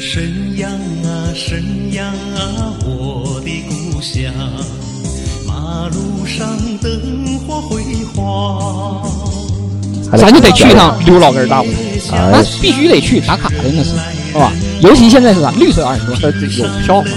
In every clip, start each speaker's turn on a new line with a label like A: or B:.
A: 沈阳啊，沈阳啊，我的故乡，马路上灯火辉煌。
B: 咱就得去一趟溜老根儿大舞台，
A: 哎
B: 那必须得去打卡的，那是，是吧？尤其现在是啥绿色二人转，有票吗？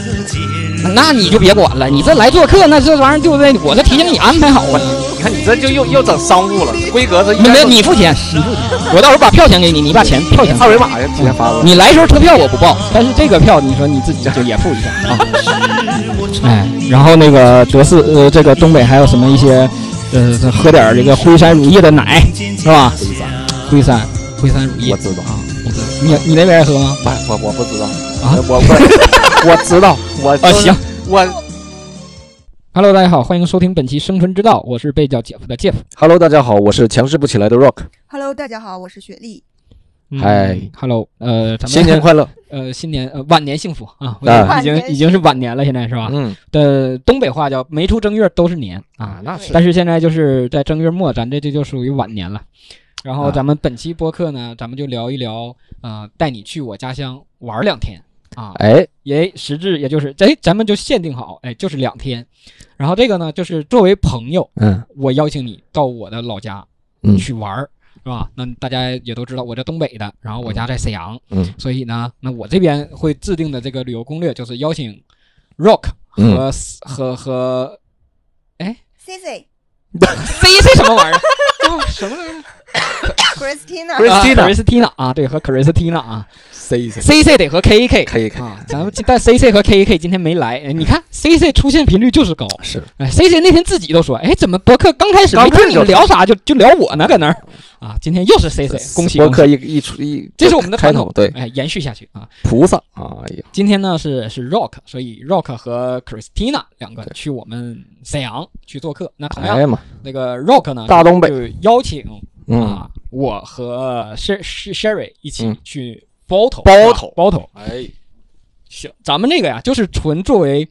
B: 那你就别管了，你这来做客，那这玩意儿对不对？我这提前给你安排好了，
C: 你哎看你这就又又整商务了，规格这一
B: 没没你付钱，你付钱，我到时候把票钱给你，你把钱票钱付
C: 二维码呀，直接发过来。
B: 你来时候车票我不报，但是这个票你说你自己就也付一下啊。哎，然后那个德四呃，这个东北还有什么一些呃，喝点儿这个辉山乳业的奶是吧？辉山，辉山乳业，
C: 我知道
B: 啊，我知道。你你那边也喝吗？
C: 不，我我不知道，
B: 啊
C: 我我我知道，我
B: 啊，行。
C: 我
B: Hello，大家好，欢迎收听本期《生存之道》，我是被叫姐夫的 Jeff。
C: Hello，大家好，我是强势不起来的 Rock，
D: Hello，大家好，我是雪莉。
C: 嗨
B: 嗯，Hello，呃，咱们
C: 新年快乐，
B: 呃，新年呃，晚年幸福啊，我
C: 啊
B: 已经已经是晚年了，现在是吧？
C: 嗯
B: 的东北话叫“没出正月都是年”啊，
C: 那
B: 但是现在就是在正月末，咱这这就属于晚年了。然后
C: 啊
B: 咱们本期播客呢，咱们就聊一聊，呃，带你去我家乡玩两天啊，
C: 哎，
B: 也实质也就是，哎，咱们就限定好，哎，就是两天。然后这个呢，就是作为朋友，
C: 嗯
B: 我邀请你到我的老家
C: 嗯
B: 去玩儿，是吧？那大家也都知道，我在东北的，然后我家在沈阳，
C: 嗯
B: 所以呢，那我这边会制定的这个旅游攻略就是邀请 Rock
C: 嗯，
B: 和、和和
D: C C
B: C C 什么玩意儿？ 哦什么
D: Christina，
C: Chris-
B: 啊
C: Christina
B: Christina 啊，对，和 Christina 啊
C: 谁谁
B: ，C C 得和 K E K
C: K E K
B: 啊，咱们今但 C C 和 K E K 今天没来，哎你看 C C 出现频率就是高，
C: 是
B: 哎，C C 那天自己都说，哎，怎么博客刚开始
C: 刚
B: 没听
C: 开
B: 你
C: 始
B: 们聊啥就就聊我呢，搁那儿啊，今天又是 C C，恭喜
C: 播
B: 恭喜
C: 客，一一出一，
B: 这是我们的
C: 开
B: 传
C: 头
B: 统，
C: 对
B: 哎，延续下去啊。
C: 菩萨，哎呀，
B: 今天呢是是 Rock，所以 Rock 和 Christina 两个
C: 对
B: 去我们沈阳去做客，那同样
C: 哎呀妈，
B: 那个 Rock 呢
C: 大东北，
B: 就邀请
C: 嗯，
B: 啊，我和 Sher Sher- Sherry 一起
C: 嗯
B: 去包头，
C: 包
B: 是吧
C: 头
B: 包头。
C: 哎，
B: 行，咱们这个呀，就是纯作为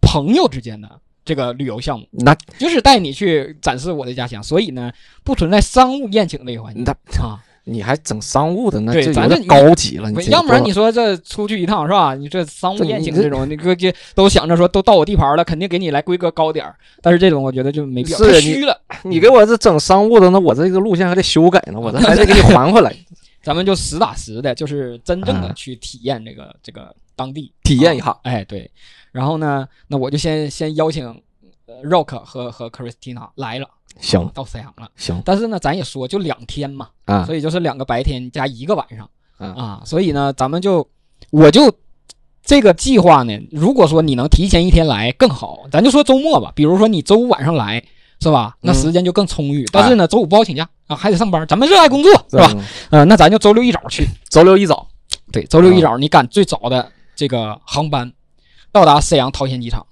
B: 朋友之间的这个旅游项目，
C: 那
B: 就是带你去展示我的家乡，所以呢，不存在商务宴请这一环节
C: 那
B: 啊。
C: 你还整商务的，那
B: 对
C: 就
B: 咱
C: 有
B: 这
C: 点高级了，你这
B: 要不然
C: 多
B: 你说这出去一趟是吧？你这商务
C: 这
B: 宴
C: 你
B: 请
C: 这
B: 这种，你这这都想着说都到我地盘了，肯定给你来规格高点儿，但是这种我觉得就没必要，
C: 是
B: 太
C: 你
B: 虚了。
C: 你给我这整商务的，那我这个路线还得修改呢，我这还得给你还回来，
B: 咱们就实打实的，就是真正的
C: 啊
B: 去体验这个、这个当地，
C: 体验一下。
B: 哎，对。然后呢，那我就先先邀请呃 Rock 和和 Christina 来了，
C: 行
B: 到沈阳了。
C: 行
B: 但是呢，咱也说就两天嘛，
C: 啊
B: 所以就是两个白天加一个晚上
C: 啊
B: 啊。所以呢，咱们就我就这个计划呢，如果说你能提前一天来更好，咱就说周末吧，比如说你周五晚上来。是吧？那
C: 嗯
B: 时间就更充裕，但是呢，周五不好请假啊，还得上班。咱们热爱工作， 是吧？
C: 嗯？
B: 嗯、那咱就周六一早去，
C: 周六一早，
B: 对，周六一早你赶最早的这个航班，到达沈阳桃仙机场。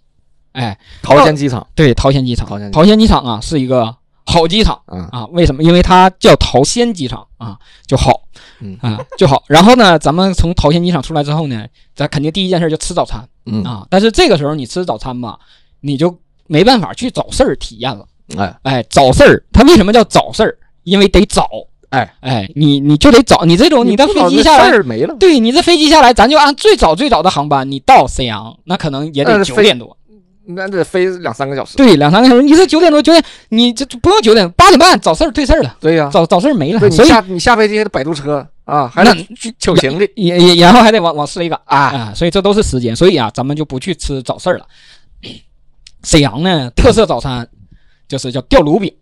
B: 哎，
C: 桃仙机场
B: 对，桃仙机场，
C: 桃仙机场
B: 机场啊是一个好机场
C: 啊，
B: 啊，为什么？因为它叫桃仙机场啊，就好，
C: 嗯
B: 啊就好。然后呢，咱们从桃仙机场出来之后呢，咱肯定第一件事就吃早餐
C: 嗯，
B: 啊。但是这个时候你吃早餐吧，你就没办法去早市儿体验了。
C: 哎，
B: 哎，早市儿，它为什么叫早市儿？因为得早。
C: 哎
B: 哎，你你就得早，你这哦种你在
C: 不
B: 飞
C: 早
B: 机
C: 那
B: 下来
C: 事儿没了，
B: 对你这飞机下来，咱就按最早最早的航班，你到沈阳，那可能也得
C: 呃
B: 九
C: 飞
B: 点多。
C: 那得飞两三个小时。
B: 对，两三个小时，你是九点多九点，你这不用九点，八点半早事儿对事儿了，
C: 对呀，
B: 早早事儿没了
C: 啊对，你
B: 所以
C: 下你下飞机还得摆渡车啊，还
B: 那
C: 得去取行李
B: 也也然后还得往往市里赶
C: 啊。
B: 啊，所以这都是时间，所以啊，咱们就不去吃早市儿了。 沈阳呢，特色早餐就是叫吊炉饼，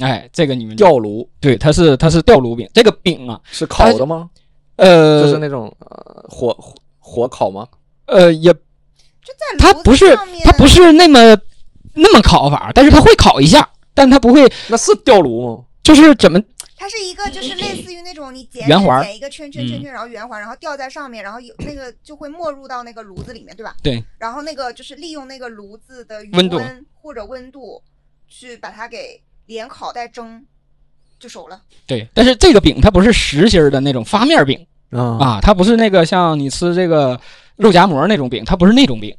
B: 哎，这个你们
C: 吊炉
B: 对，它是它是吊炉饼，这个饼啊，
C: 是烤的吗？
B: 呃，
C: 就是那种呃火火火烤吗？
B: 呃也
D: 就在
B: 它
D: 炉
B: 不
D: 子
B: 是
D: 上面
B: 它不是那么那么烤法，但是它会烤一下，但它不会
C: 那是吊炉吗？
B: 就是怎么
D: 它是一个就是类似于那种你剪
B: 圆环儿
D: 剪一个圈圈圈圈，然后圆环，然后吊在上面，然后有那个就会没入到那个炉子里面，对吧？
B: 对。
D: 然后那个就是利用那个炉子的余
B: 温度
D: 或者温度，去把它给连烤带蒸，就熟了。
B: 对，但是这个饼它不是实心儿的那种发面饼
C: 啊
B: 啊，它不是那个像你吃这个肉夹馍那种饼，它不是那种饼。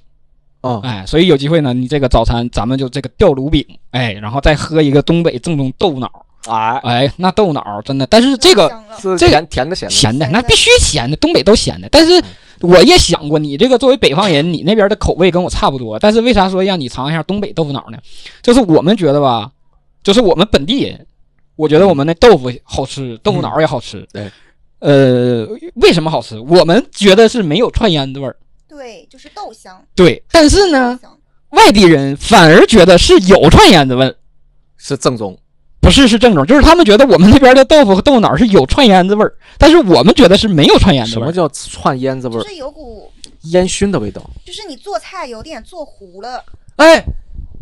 C: 啊！
B: 哎，所以有机会呢，你这个早餐咱们就这个吊炉饼，哎，然后再喝一个东北正宗豆脑，
C: 哎，
B: 哎，那豆脑真的，但是这个
D: 香了
C: 是
B: 这个
C: 甜甜的咸的
B: 咸的嗯
D: 咸
B: 那
D: 的
B: 必须咸的，东北都咸的。但是我也想过，你这个作为北方人，你那边的口味跟我差不多，但是为啥说让你尝一下东北豆腐脑呢？就是我们觉得吧，就是我们本地人，我觉得我们那豆腐好吃，豆腐脑也好吃。
C: 对
B: 呃，为什么好吃？我们觉得是没有串烟的味儿，
D: 对，就是豆香。
B: 对。但是呢
D: 豆，香，
B: 外地人反而觉得是有串烟的味儿。
C: 是正宗，
B: 不是是正宗，就是他们觉得我们那边的豆腐和豆腐脑是有串烟子味儿，但是我们觉得是没有串烟子
C: 什
B: 味
C: 么
B: 儿。
C: 叫串烟子味
D: 就
C: 儿？
D: 是有股，
C: 烟熏的味道。
D: 就是你做菜有点做糊了
C: 哎，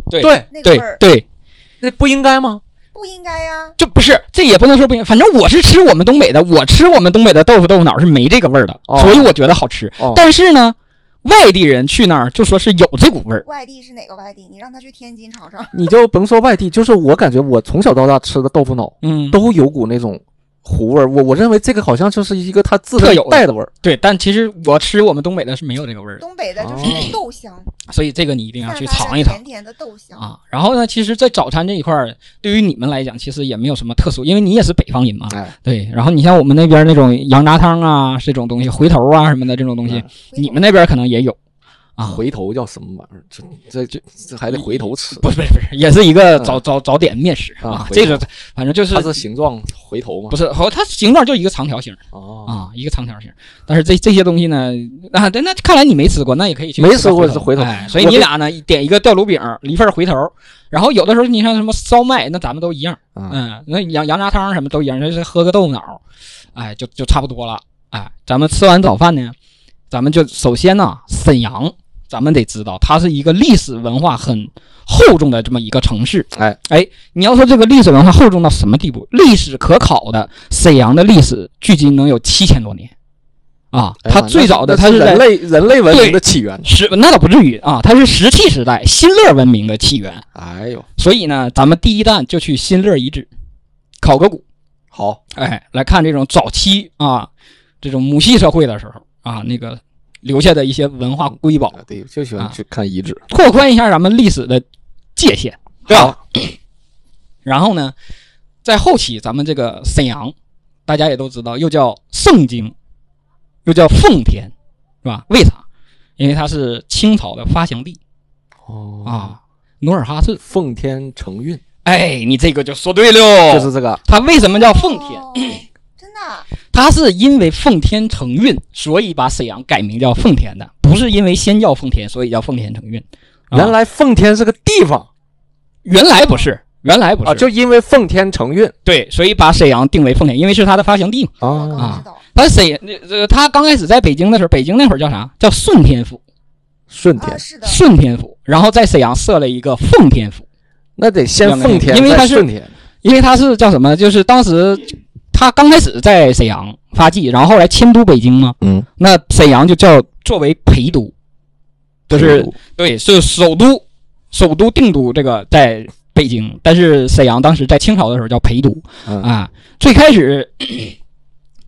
B: 对
C: 对，
D: 那个
B: 对
D: 味儿，
B: 对，
C: 那不应该吗？
D: 不应该呀。
B: 这不是这也不能说不行，反正我是吃我们东北的，我吃我们东北的豆腐豆腐脑是没这个味儿的，
C: 哦
B: 所以我觉得好吃。
C: 哦
B: 但是呢，外地人去那儿就说是有这股味儿，
D: 外地是哪个外地？你让他去天津尝尝。
C: 你就甭说外地，就是我感觉我从小到大吃的豆腐脑
B: 嗯，
C: 都有股那种糊味儿。我我认为这个好像就是一个它自
B: 特
C: 身
B: 有的
C: 带的味儿。
B: 对。但其实我吃我们东北的是没有这个味儿的，
D: 东北的就是
C: 哦
D: 那豆香，
B: 所以这个你一定要
D: 散
B: 去
D: 发着
B: 尝一尝。
D: 甜甜的豆香。
B: 啊，然后呢，其实，在早餐这一块儿，对于你们来讲，其实也没有什么特殊，因为你也是北方人嘛。
C: 哎
B: 对，然后你像我们那边那种羊杂汤啊，这种东西，回头啊什么的这种东西，
D: 回
C: 嗯
D: 头
B: 你们那边可能也有啊。
D: 嗯
C: 回头叫什么玩意儿？这这这这还得回头吃，
B: 不是不是不是，也是一个早早早点面食
C: 嗯啊
B: 啊，
C: 回
B: 这个反正就是
C: 它是形状回头嘛
B: 不？是哦，它形状就一个长条形
C: 哦，
B: 啊，一个长条形。但是这这些东西呢，啊，对，那看来你没吃过，那也可以去
C: 没
B: 吃
C: 吃
B: 个
C: 过
B: 头
C: 是回头
B: 哎所以
C: 我
B: 你
C: 跟
B: 俩呢，点一个吊炉饼，一份回头，然后有的时候你像什么烧麦，那咱们都一样。
C: 嗯，
B: 嗯，那羊羊杂汤什么都一样，就是喝个豆腐脑，哎，就就差不多了。哎，咱们吃完早饭呢，咱们就首先呢，沈阳，咱们得知道它是一个历史文化很厚重的这么一个城市。
C: 哎
B: 哎，你要说这个历史文化厚重到什么地步？历史可考的沈阳的历史，距今能有七千多年啊！
C: 哎呀
B: 它
C: 那
B: 最早的
C: 那
B: 它是在
C: 人类人类文
B: 对
C: 明的起源。
B: 石，那倒不至于啊，它是石器时代新乐文明的起源。
C: 哎呦，
B: 所以呢，咱们第一站就去新乐遗址，考个古。
C: 好，
B: 哎，来看这种早期啊，这种母系社会的时候啊，那个留下的一些文化瑰宝，
C: 对，就喜
B: 啊
C: 欢去看遗址，
B: 拓宽一下咱们历史的界限，对吧？
C: 好？
B: 然后呢，在后期咱们这个沈阳，大家也都知道，又叫盛京，又叫奉天，是吧？为啥？因为它是清朝的发祥地
C: 哦，
B: 啊，努尔哈赤。
C: 奉天承运
B: 哎，你这个就说对了，
C: 就是这个
B: 它为什么叫奉天？
D: 哦，真的啊，
B: 它是因为奉天承运，所以把沈阳改名叫奉天的，不是因为先叫奉天，所以叫奉天承运。啊
C: 原来奉天是个地方
B: 原来不是，原来不是，
C: 啊，就因为奉天承运
B: 对，所以把沈阳定为奉天，因为是它的发祥地嘛。
D: 我
C: 啊
D: 刚
B: 啊
D: 知道。
B: 它沈阳，呃，它刚开始在北京的时候，北京那会儿叫啥？叫顺天府，
C: 顺
D: 啊，
C: 天，
D: 是的，
B: 顺天府。然后在沈阳设了一个奉天府，
C: 那得先奉天，
B: 因为它
C: 再
B: 是
C: 顺天
B: 因为它是叫什么？就是当时它刚开始在沈阳发迹，然后后来迁都北京嘛。
C: 嗯，
B: 那沈阳就叫作为陪都，就是对，是首都，首都定都这个在北京，但是沈阳当时在清朝的时候叫陪都
C: 嗯
B: 啊。最开始 咳咳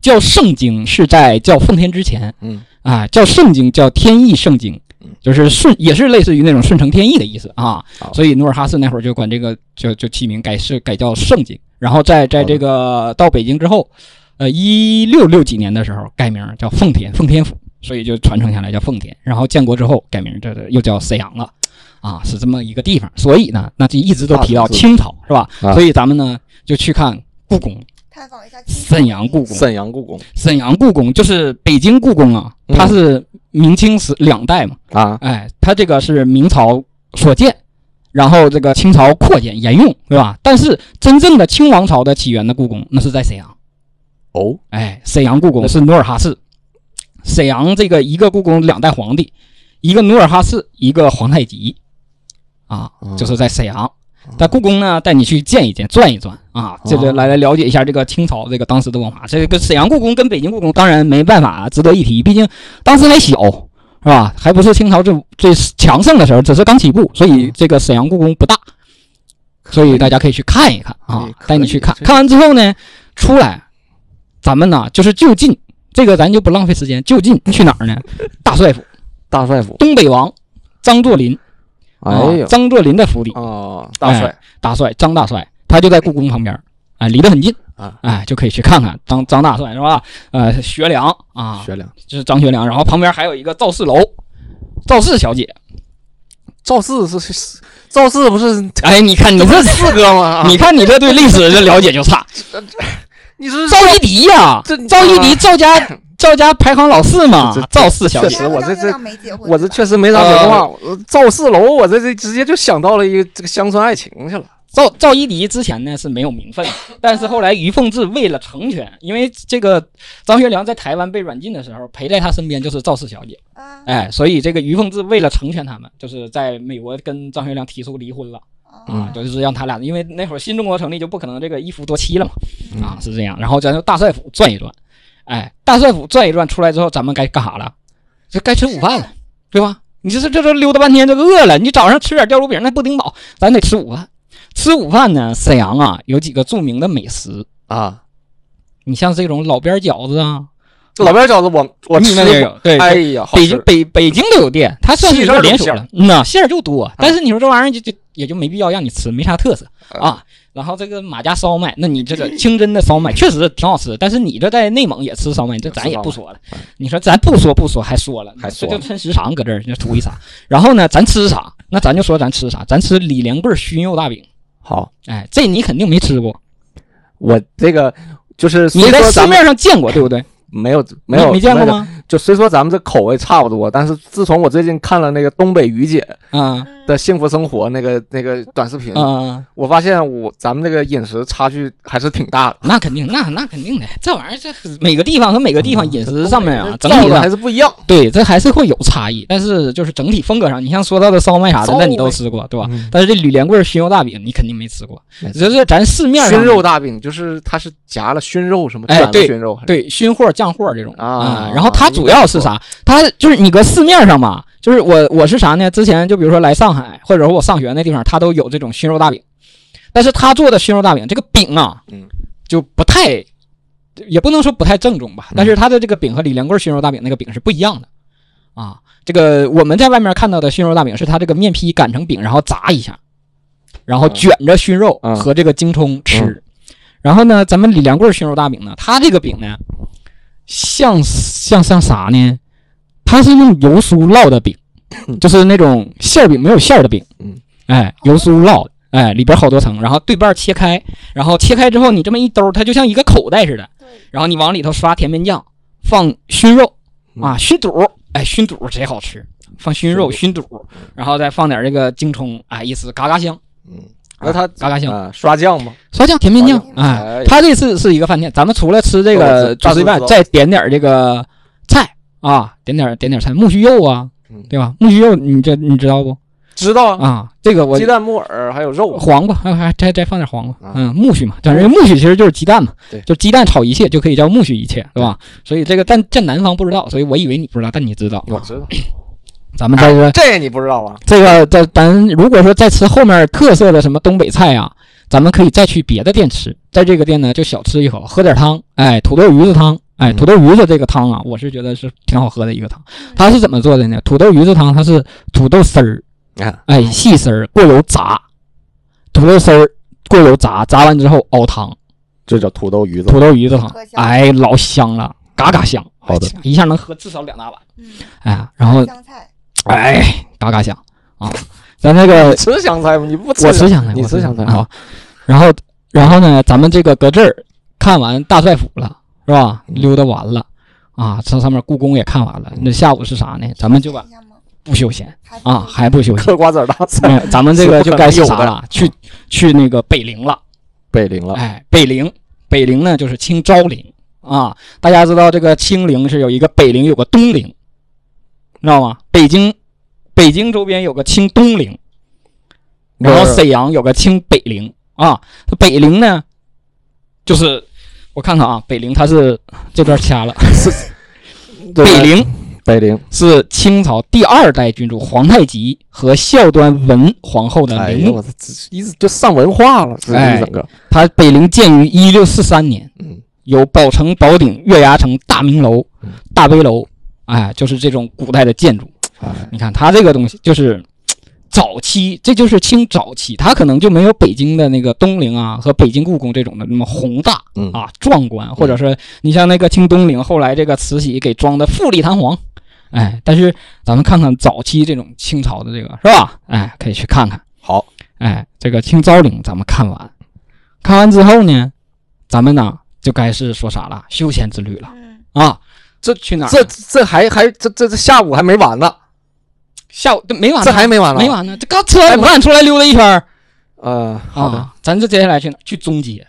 B: 叫盛京是在叫奉天之前，
C: 嗯
B: 啊，叫盛京叫天意盛京
C: 嗯，
B: 就是顺也是类似于那种顺承天意的意思啊。
C: 好
B: 所以努尔哈赤那会儿就管这个就就起名改是改叫盛京，然后在在
C: 好的
B: 这个到北京之后，呃，一六六几年的时候改名叫奉天，奉天府。所以就传承下来叫奉天，然后建国之后改名，这这又叫沈阳了。啊，是这么一个地方。所以呢，那就一直都提到
C: 啊是
B: 清朝是吧？
C: 啊
B: 所以咱们呢就去看故宫，
D: 探访一下清朝
B: 沈阳故宫。
C: 沈阳故宫
B: 沈阳故宫就是北京故宫啊，
C: 嗯
B: 它是明清时两代嘛，
C: 啊，
B: 哎，它这个是明朝所建，然后这个清朝扩建沿用，对吧？但是真正的清王朝的起源的故宫，那是在沈阳。
C: 哦，
B: 哎，沈阳故宫是努尔哈赤，沈阳这个一个故宫两代皇帝，一个努尔哈赤，一个皇太极，啊，
C: 哦
B: 就是在沈阳。但故宫呢，带你去见一见、转一转啊，这个
C: 哦
B: 来来了解一下这个清朝这个当时的文化。这个沈阳故宫跟北京故宫当然没办法值得一提，毕竟当时还小，是吧？还不是清朝最最强盛的时候，只是刚起步，
C: 嗯
B: 所以这个沈阳故宫不大，所以大家可以去看一看啊
C: 可以，可以
B: 带你去看
C: 这。个
B: 看完之后呢，出来，咱们呢就是就近，这个咱就不浪费时间，就近去哪儿呢？大帅府，
C: 大帅府，
B: 东北王张作霖
C: 哎
B: 啊
C: 呦，
B: 张作霖的府邸，
C: 哦，大帅
B: 哎，大帅张大帅，他就在故宫旁边儿，哎，离得很近
C: 啊，
B: 哎，就可以去看看张张大帅是吧？呃，学良啊，
C: 学良，
B: 这是张学良，然后旁边还有一个赵氏楼，赵氏小姐，
C: 赵四是是赵四不是
B: 哎，你看你
C: 不
B: 这
C: 是，四哥吗？啊
B: 你看你这对历史的了解就差。
C: 你是
B: 赵一迪呀、
C: 这你
B: 赵一迪，赵家 赵家排行老四嘛
C: 这这，
B: 赵四小
C: 确
B: 姐
C: 实。我这这
D: 张学良没结婚
C: 我这
D: 对吧
C: 确实没啥
B: 啊
C: 文化。我赵四楼，我这这直接就想到了一个这个乡村爱情去了。
B: 赵赵一迪之前呢是没有名分的，但是后来于凤至为了成全，因为这个张学良在台湾被软禁的时候，陪在他身边就是赵四小姐，
D: 啊
B: 哎，所以这个于凤至为了成全他们，就是在美国跟张学良提出离婚了。
D: 啊
B: 啊，就是让他俩，因为那会儿新中国成立就不可能这个一夫多妻了嘛，
C: 嗯
B: 啊是这样。然后咱就大帅府转一转，哎，大帅府转一转出来之后，咱们该干啥了？就该吃午饭了，对吧？你这是这这溜达半天就饿了，你早上吃点吊炉饼那不顶饱，咱得吃午饭。吃午饭呢，沈阳啊有几个著名的美食，
C: 啊，
B: 你像这种老边饺子啊，
C: 这老边饺子我我
B: 你
C: 吃
B: 那边有
C: 过，
B: 对
C: 哎呀，好
B: 北
C: 吃
B: 京。北北京都有店，它算是一个
C: 馅儿都
B: 连
C: 不
B: 锁
C: 馅儿
B: 了。嗯呐，馅儿就多，但是你说这玩意儿就就也就没必要让你吃，没啥特色
C: 嗯
B: 啊。然后这个马家烧麦，那你这个清真的烧
C: 嗯
B: 麦确实挺好吃，但是你这在内蒙也吃烧麦，这咱也不说了。你说咱不说不说，还说了，
C: 嗯还
B: 这
C: 说
B: 就
C: 了
B: 抻时长搁这儿就图一啥？然后呢，咱吃啥？那咱就说咱吃啥？咱吃李连贵熏肉大饼，
C: 好，
B: 哎，这你肯定没吃过，
C: 我这个就是
B: 你
C: 虽
B: 在
C: 说
B: 市
C: 咱们
B: 面上见过对不对？
C: 没有没有
B: 你没见过？
C: 那个
B: 吗？
C: 就虽说咱们这口味差不多，但是自从我最近看了那个东北于姐
B: 啊
C: 的《幸福生活》那个那个短视频，
B: 啊，
C: 我发现我咱们这个饮食差距还是挺大的。
B: 那肯定，那那肯定的，这玩意儿这每个地方和每个地方饮食上面啊，整
C: 嗯造
B: 体
C: 的还
B: 上
C: 是不一样，
B: 对，这还是会有差异。但是就是整体风格上，你像说到的烧麦啥的
C: 烧，
B: 那你都
C: 麦
B: 吃过对吧？
C: 嗯
B: 但是这李连贵熏肉大饼，你肯定没吃过
C: 没，
B: 就是咱市面上
C: 熏肉大饼就是它是夹了熏肉什么
B: 哎
C: 卷了
B: 对
C: 熏肉，还是
B: 对熏货酱货这种
C: 啊
B: 然后它主要是啥？它就是你搁市面上嘛，就是我我是啥呢？之前就比如说来上海，或者说我上学那地方，它都有这种熏肉大饼，但是他做的熏肉大饼这个饼啊，
C: 嗯，
B: 就不太，也不能说不太正宗
C: 嗯
B: 吧，但是它的这个饼和李连贵熏肉大饼那个饼是不一样的啊。这个我们在外面看到的熏肉大饼是它这个面皮擀成饼，然后炸一下，然后卷着熏肉
C: 嗯
B: 和这个京葱吃。
C: 嗯
B: 然后呢，咱们李连贵熏肉大饼呢，它这个饼呢，像像像啥呢？它是用油酥烙的饼，就是那种馅儿饼没有馅儿的饼，
C: 嗯，
B: 哎，油酥烙的，哎，里边好多层，然后对半切开，然后切开之后你这么一兜，它就像一个口袋似的，然后你往里头刷甜面酱，放熏肉啊，熏肚，哎，熏肚贼好吃，放熏肉熏肚，然后再放点这个京葱，哎，一撕嘎嘎香，
C: 嗯，那它
B: 嘎嘎香，
C: 啊刷酱吗？
B: 刷酱甜面酱
D: 哎
B: 啊、
C: 哎
B: 他这次是一个饭店，咱们除了吃这
C: 哦
B: 个
C: 是
B: 大吃饭
C: 大，吃
B: 再点点这个菜啊，点点点点菜，木须肉啊
C: 嗯，
B: 对吧？木须肉你这你知道不？
C: 知道啊，
B: 啊，这个我
C: 鸡蛋、木耳还有肉，
B: 黄瓜，还还再再放点黄瓜
C: 啊，
B: 嗯，苜蓿嘛，反正苜蓿其实就是鸡蛋嘛
C: 对，
B: 就鸡蛋炒一切就可以叫苜蓿一切，对吧？所以这个但在南方不知道，所以我以为你不知道，但你知道。
C: 我知道，
B: 咱们在这
C: 这你不知道啊？
B: 这个在咱如果说再吃后面特色的什么东北菜啊，咱们可以再去别的店吃，在这个店呢就小吃一口，喝点汤，哎，土豆鱼子汤，哎，
C: 嗯
B: 土豆鱼子这个汤啊，我是觉得是挺好喝的一个汤。它是怎么做的呢？土豆鱼子汤它是土豆丝儿，
C: 啊，
B: 哎，细丝儿过油炸，土豆丝儿过油炸，炸完之后熬汤，
C: 这叫土豆鱼子
B: 土豆鱼子汤
D: 喝，香
B: 哎，老香了，嘎嘎香，
C: 好的，
B: 一下能喝至少两大碗，
D: 嗯
B: 哎呀，然后
D: 香菜
B: 哎，嘎嘎响啊！咱那个
C: 吃香菜吗？你不吃？
B: 我吃香菜，
C: 你
B: 我
C: 吃香菜
B: 啊。然后，然后呢，咱们这个搁这儿看完大帅府了，是吧？溜达完了啊，上上面故宫也看完了。那下午是啥呢？咱们就把
D: 一下吗
B: 不休闲
D: 还不
B: 啊，还不休闲。
C: 嗑瓜子儿大
B: 哎
C: 菜，
B: 咱们这个就该是
C: 是不
B: 啥
C: 可能有
B: 了？去去那个北陵了。
C: 被领了。
B: 哎，北陵，北陵呢就是清昭陵啊。大家知道这个清陵是有一个北陵，有个东陵，知道吗？北京，北京周边有个清东陵，然后
C: 不是
B: 沈阳有个清北陵啊。北陵呢，就是我看看啊，北陵它是这段掐了，
C: 对
B: 北陵
C: 北陵，
B: 是清朝第二代君主皇太极和孝端文皇后的
C: 哎
B: 陵
C: 呦
B: 墓
C: 我。操，这一直就上文化了，这
B: 哎
C: 一整个，
B: 它北陵建于一六四三年，
C: 嗯，
B: 有宝城、宝鼎、月牙城、大明楼
C: 嗯、
B: 大悲楼，哎，就是这种古代的建筑。
C: 哎，
B: 你看它这个东西就是早期，这就是清早期，它可能就没有北京的那个东陵啊和北京故宫这种的那么宏大
C: 嗯
B: 啊壮观，或者说你像那个清东陵，后来这个慈禧给装的富丽堂皇。哎，但是咱们看看早期这种清朝的这个是吧？哎，可以去看看。
C: 好，
B: 哎，这个清昭陵咱们看完，看完之后呢，咱们呢就该是说啥了？休闲之旅了
D: 嗯，
B: 啊！这去哪儿呢？
C: 这这还还这这这下午还没完呢，
B: 下午这没完呢，
C: 这还没完呢，
B: 没完呢，这刚吃完午饭出来溜达一圈儿
C: 呃，好的，
B: 啊，咱这接下来去哪儿？去中街。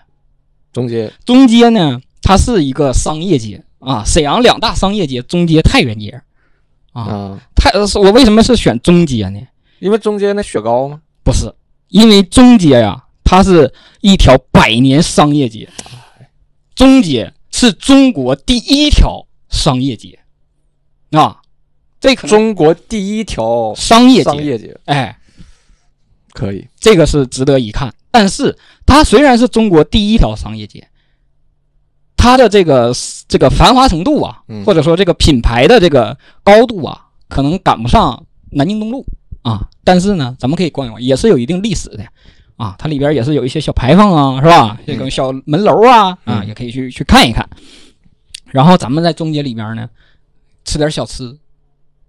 C: 中间
B: 中街呢，它是一个商业街啊，沈阳两大商业街，中街、太原街啊。
C: 啊，
B: 太，呃是我为什么是选中街呢？
C: 因为中间那雪糕嘛，
B: 不是，因为中街呀、它是一条百年商业街，
C: 哎
B: 中街是中国第一条商业街啊，这可能
C: 中国第一条
B: 商业
C: 商
B: 街，
C: 业街，
B: 哎，
C: 可以，
B: 这个是值得一看。但是它虽然是中国第一条商业街，它的这个这个繁华程度啊，
C: 嗯
B: 或者说这个品牌的这个高度啊，可能赶不上南京东路啊。但是呢，咱们可以逛一逛，也是有一定历史的啊。它里边也是有一些小牌坊啊，是吧？这种小门楼啊，啊，
C: 嗯
B: 也可以去去看一看。然后咱们在中街里边呢，吃点小吃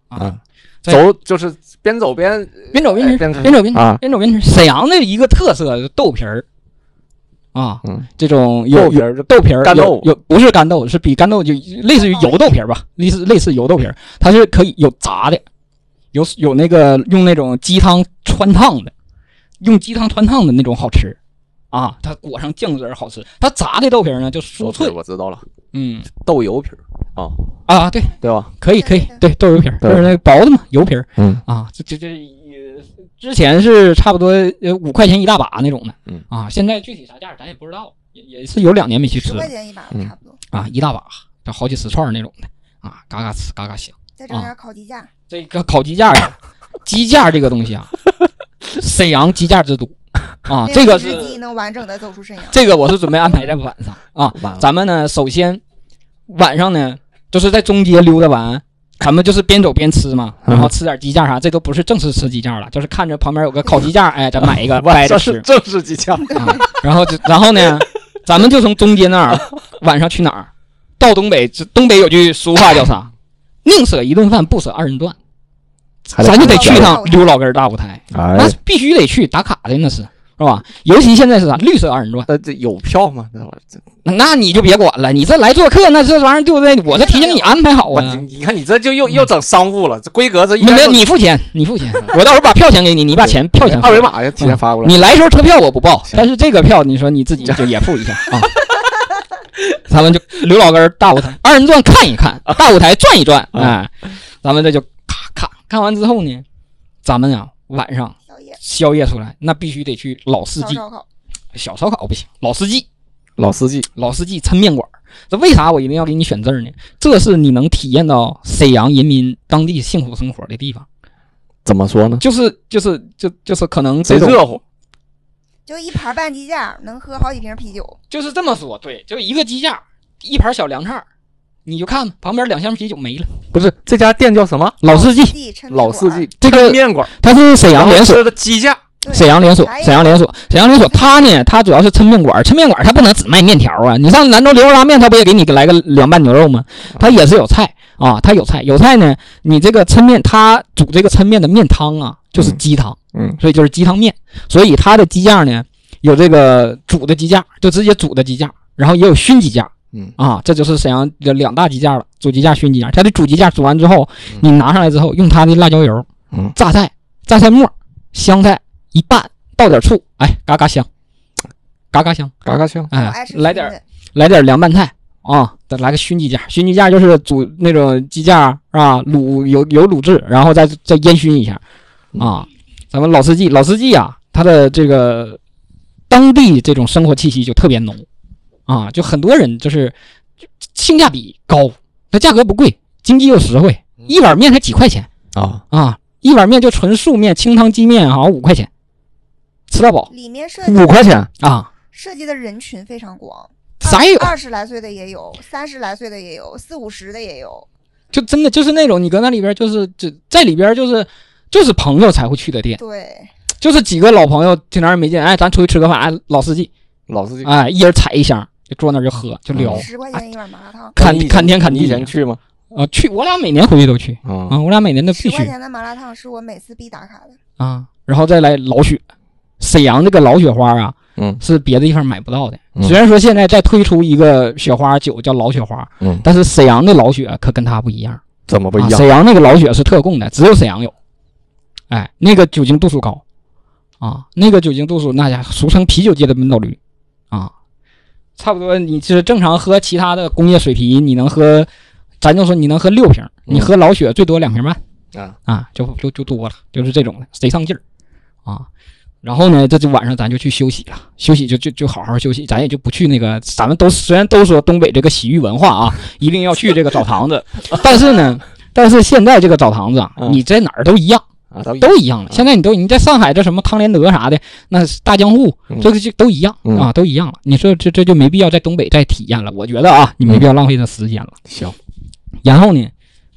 B: 啊
C: 啊，
B: 对
C: 走就是边走边
B: 边走边吃，
C: 哎边吃
B: 边走边吃
C: 啊，
B: 边走边吃。沈阳的一个特色就是豆皮儿，啊，
C: 嗯
B: 这种有
C: 豆皮
B: 有
C: 儿就
B: 豆皮儿
C: 干
B: 有
C: 豆
B: 有不是干豆，是比干豆就类似于油豆皮儿吧，类似类似油豆皮儿，它是可以有炸的，有有那个用那种鸡汤穿烫的，用鸡汤穿烫的那种好吃。啊，它裹上酱汁儿好吃，它炸的豆皮儿呢就酥脆，
C: 我知道了，
B: 嗯
C: 豆油皮儿啊，
B: 啊，对，
C: 对吧？
B: 可以可以，对豆油皮儿，就
C: 对
B: 是那个薄的嘛，油皮儿，
C: 嗯
B: 啊，这这这也之前是差不多呃五块钱一大把那种的，
C: 嗯
B: 啊，现在具体啥价儿咱也不知道，也也是有两年没去吃
D: 十
B: 了
D: 块钱一把吧
C: 嗯
D: 差不多，
B: 啊，一大把，这好几十串儿那种的啊，嘎嘎吃，嘎嘎香。
D: 再整点烤鸡架，
B: 这个烤鸡架呀，鸡架这个东西啊，沈阳鸡架之都 啊，
D: 那
B: 这个
D: 一只
B: 是
D: 鸡能完整的走出沈阳。
B: 这个我是准备安排在晚上啊，
C: 完了，
B: 咱们呢首先晚上呢就是在中街溜达完。咱们就是边走边吃嘛，然后吃点鸡架啥，这都不是正式吃鸡架了，就是看着旁边有个烤鸡架，哎，咱买一个掰
C: 晚
B: 着
C: 上
B: 吃
C: 是。正式机枪，
B: 啊，然后就 然后呢，咱们就从中街那儿 晚上去哪儿？到东北，这东北有句俗话叫啥？宁舍一顿饭，不舍二人转。咱就得去一趟刘老根儿大舞台，那
C: 哎，
B: 是必须得去打卡的，那是是吧？尤其现在是啥绿色二人转，
C: 那呃这有票吗？那玩意儿这
B: 那你就别管了，你这来做客，那这玩意儿对不对？我这提前给你安排好
C: 我嗯
B: 啊，
C: 你看你这就又又整商务了，这规格这应
B: 没
C: 该
B: 没
C: 都
B: 你付钱，你付钱， 我到时候把票钱给你，你把钱票钱付
C: 二维码也提前发过来。
B: 你来时候车票我不报，
C: 行
B: 但是这个票你说你自己就也付一下啊。 咱们就刘老根儿大舞台二人转看一看，大舞台转一转，
C: 啊
B: 哎，咱们这就咔咔看完之后呢，咱们啊晚上
D: 宵夜
B: 宵夜出来，那必须得去老司
D: 烧
B: 机
D: 烧烤，
B: 小烧烤不行，老司机
C: 老司机，
B: 老司机抻面馆儿。这为啥我一定要给你选这儿呢？这是你能体验到沈阳人民当地幸福生活的地方，
C: 怎么说呢？
B: 就是就是就就是可能
C: 嗯贼
B: 这种
C: 热乎，
D: 就一盘半鸡架，能喝好几瓶啤酒。
B: 就是这么说，对，就一个鸡架，一盘小凉菜儿，你就看吧旁边两箱啤酒没了。
C: 不是这家店叫什么？
B: 老司机，
D: 地抻面
C: 老司
D: 馆
C: 机
D: 儿，
B: 这个
C: 面馆，
B: 它是沈阳连锁，
C: 的鸡架，
D: 对
B: 沈阳连锁
D: 还，有
B: 沈阳连锁，沈阳连锁。它呢，它主要是抻面馆儿，抻面馆儿它不能只卖面条啊。你上兰州牛肉拉面，它不也给你来个凉拌牛肉吗？它也是有菜啊，它有菜，有菜呢，你这个抻面，它煮这个抻面的面汤啊，就是鸡汤，
C: 嗯
B: 所以就是鸡汤面。所以它的鸡架呢，有这个煮的鸡架，就直接煮的鸡架，然后也有熏鸡架。
C: 嗯
B: 啊，这就是沈阳的两大鸡架了，煮鸡架、熏鸡架。它的煮鸡架煮完之后，你拿上来之后，用它的辣椒油、
C: 嗯
B: 榨菜、榨菜末、香菜一拌，倒点醋，哎，嘎嘎香，嘎嘎香，
C: 嘎嘎香，
D: 我
B: 哎
D: 爱，吃
B: 来
D: 熏
B: 点
D: 的
B: 来点凉拌菜啊，再来个熏鸡架。熏鸡架就是煮那种鸡架啊，卤有有卤制，然后再再烟熏一下
C: 嗯
B: 啊。咱们老司机，老司机啊，他的这个当地这种生活气息就特别浓啊，就很多人就是就性价比高，它价格不贵，经济又实惠，一碗面才几块钱
C: 嗯啊，
B: 啊，一碗面就纯素面、清汤鸡面，啊好像五块钱，吃到饱
D: 里面涉及
C: 五块钱，
B: 啊，
D: 涉及的人群非常广，
B: 啥也有。
D: 二十来岁的也有，三十来岁的也有，四五十的也有。
B: 就真的就是那种你搁那里边就是就在里边就是就是朋友才会去的店，
D: 对，
B: 就是几个老朋友挺长时间没见，哎，咱出去吃个饭，哎，老司机，
C: 老司机。
B: 哎，一人踩一箱，就坐那儿就喝就聊，
D: 十块嗯钱一碗麻辣烫，
B: 看
C: 你以前
B: 看天看
C: 你
B: 地
C: 以前去吗？
B: 啊，去我俩每年回去都去
C: 啊
B: 啊，我俩每年都必
D: 十块
B: 须
D: 钱的麻辣烫是我每次必打卡的。
B: 啊，然后再来老雪，沈阳这个老雪花啊，
C: 嗯
B: 是别的地方买不到的。
C: 嗯
B: 虽然说现在在推出一个雪花酒叫老雪花，
C: 嗯
B: 但是沈阳的老雪可跟它不一样。
C: 怎么不一
B: 啊
C: 样？
B: 沈阳那个老雪是特供的，只有沈阳有。哎，那个酒精度数高啊，那个酒精度数那家伙俗称啤酒界的闷倒驴啊，差不多你就是正常喝其他的工业水啤，你能喝，咱就说你能喝六瓶，你喝老雪最多两瓶半
C: 啊
B: 啊，就就就多了，就是这种的，贼上劲儿啊。然后呢，这就晚上咱就去休息了，休息就就就好好休息，咱也就不去那个，咱们都虽然都说东北这个洗浴文化啊，一定要去这个澡堂子， 但是呢，但是现在这个澡堂子啊，
C: 嗯
B: 你在哪儿都一样，
C: 啊，都一样
B: 都一样了。现在你都你在上海这什么康连德啥的，那是大江户
C: 嗯
B: 这个就都一样
C: 嗯
B: 啊，都一样了。你说这这就没必要在东北再体验了，我觉得啊，你没必要浪费这时间了。
C: 行，
B: 然后呢，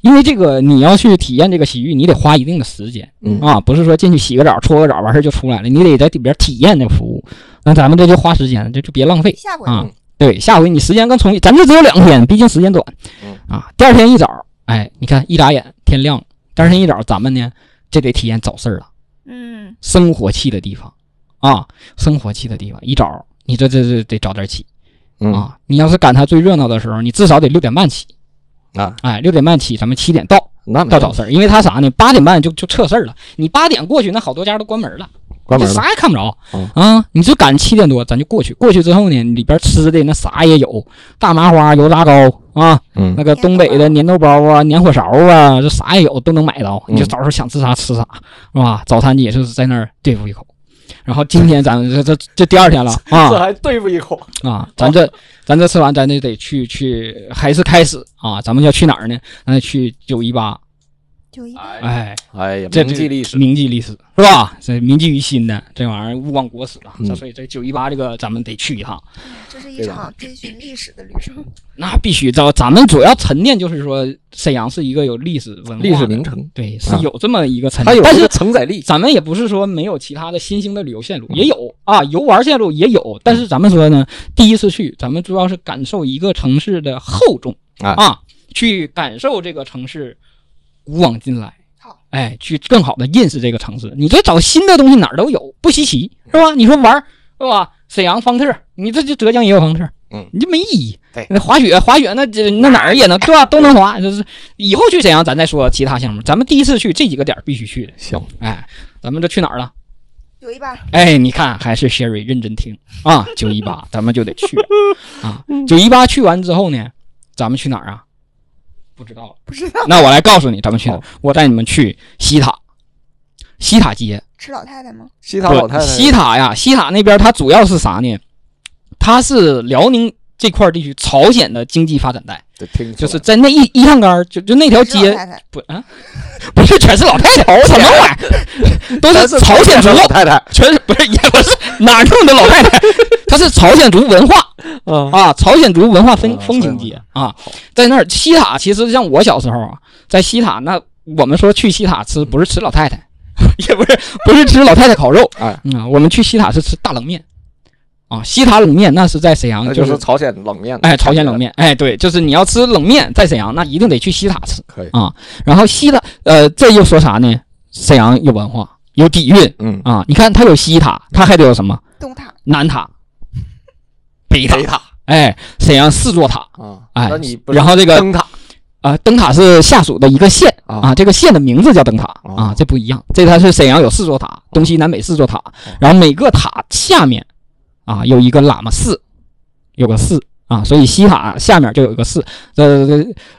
B: 因为这个你要去体验这个洗浴，你得花一定的时间，
C: 嗯
B: 啊，不是说进去洗个澡、搓个澡完事儿就出来了，你得在里边体验那个服务。那咱们这就花时间了，这就别浪费。
D: 下回
B: 啊
C: 嗯，
B: 对，下回你时间更充裕，咱这只有两天，毕竟时间短
C: 嗯，
B: 啊。第二天一早，哎，你看一眨眼天亮了，第二天一早咱们呢就得体验早市了，
D: 嗯，
B: 生活气的地方啊，生活气的地方。一早你这这这得早点起
C: 嗯
B: 啊，你要是赶它最热闹的时候，你至少得六点半起，
C: 啊，嗯
B: 哎，六点半起，咱们七点到
C: 那没
B: 到
C: 有
B: 早市儿，因为它啥呢？八点半就就撤市儿了，你八点过去，那好多家都关门了。
C: 关
B: 这
C: 门了
B: 啥也看不着
C: 嗯
B: 啊！你就赶七点多，咱就过去。过去之后呢，里边吃的那啥也有，大麻花、油炸糕啊，
C: 嗯
B: 那个东北的粘豆包啊、粘火勺啊，这啥也有，都能买到。
C: 嗯
B: 你就到时候想吃啥吃啥，是吧？早餐也就是在那儿对付一口。然后今天咱们这这这第二 天了啊，
C: 这还对付一口
B: 啊，咱这咱这吃完，咱就得去去，还是开始啊，咱们要去哪儿呢？咱得去九一八，
D: 就一般
B: 哎，
C: 哎呀，
B: 这
C: 铭记历史，
B: 铭记历史是吧？这铭记于心的这玩意儿，勿忘国史啊。
C: 嗯
B: 这所以这九一八这个咱们得去一趟，
D: 这是一
C: 非常
D: 场追寻历史的旅 程。
B: 那必须。咱咱们主要沉淀就是说，沈阳是一个有历史文化的
C: 历史名，城，
B: 对，是有这么一个沉
C: 它
B: 淀。
C: 有
B: 但
C: 这
B: 是
C: 个承载力。
B: 咱们也不是说没有其他的新兴的旅游线
C: 嗯
B: 路，也有啊，游玩线路也有。但是咱们说呢，第一次去，咱们主要是感受一个城市的厚重
C: 啊
B: 去感受这个城市古往今来
D: 好。
B: 哎，去更好的认识这个城市。你这找新的东西哪儿都有，不稀奇是吧？你说玩儿是吧？沈阳方特，你这就浙江也有方特，
C: 嗯
B: 你这没意义。
C: 对
B: 那滑雪，滑雪那这那哪儿也能对吧？都能滑。就是以后去沈阳，咱再说其他项目。咱们第一次去这几个点儿必须去的。
C: 行，
B: 哎，咱们这去哪儿了？
D: 有一半，
B: 哎，你看，还是 Sherry 认真听啊。九一八，咱们就得去了啊。九一八去完之后呢，咱们去哪儿啊？不知道了，不知道。那我来告诉你，咱们去哪儿
C: 好？
B: 我带你们去西塔，西塔街。
D: 吃老太太吗？
C: 西塔老太太，
B: 西塔呀，西塔那边它主要是啥呢？它是辽宁这块地区朝鲜的经济发展带，
C: 对听出
B: 就
C: 来
B: 是在那一一趟杆儿，就就那条
D: 吃老
B: 街
D: 太太，
B: 不啊， 不是全是老太太，什么玩意儿？ 都
C: 但
B: 是
C: 是
B: 朝鲜族
C: 的老太太
B: 全是不是也不是哪儿弄的老太 太，她是朝鲜族文化
C: 啊，
B: 啊，朝鲜族文化风
C: 啊
B: 风情街啊，在那儿西塔，其实像我小时候啊，在西塔那我们说去西塔
C: 嗯
B: 吃不是吃老太太， 也不是不是吃老太太烤肉，
C: 哎
B: 嗯啊，我们去西塔是吃大冷面啊，西塔冷面那是在沈阳
C: 那
B: 嗯就
C: 就是
B: 是
C: 朝鲜冷面，
B: 哎朝鲜冷，面哎对，就是你要吃冷面在沈阳那一定得去西塔吃。
C: 可以
B: 然后西塔，呃，这又说啥呢？沈阳有文化，有底蕴
C: 嗯，
B: 啊。你看它有西塔，它还得有什么
D: 东塔
B: 南 塔、北塔
C: 北，塔
B: 哎，沈阳四座塔
C: 啊，
B: 哎
C: 那你不
B: 然后这个
C: 灯塔
B: 啊、灯塔是下属的一个县
C: 啊
B: 啊，这个县的名字叫灯塔
C: 哦
B: 啊，这不一样。这它是沈阳有四座塔，东西南北四座塔，
C: 哦
B: 然后每个塔下面啊有一个喇嘛寺，有个寺啊，所以西塔下面就有一个寺。呃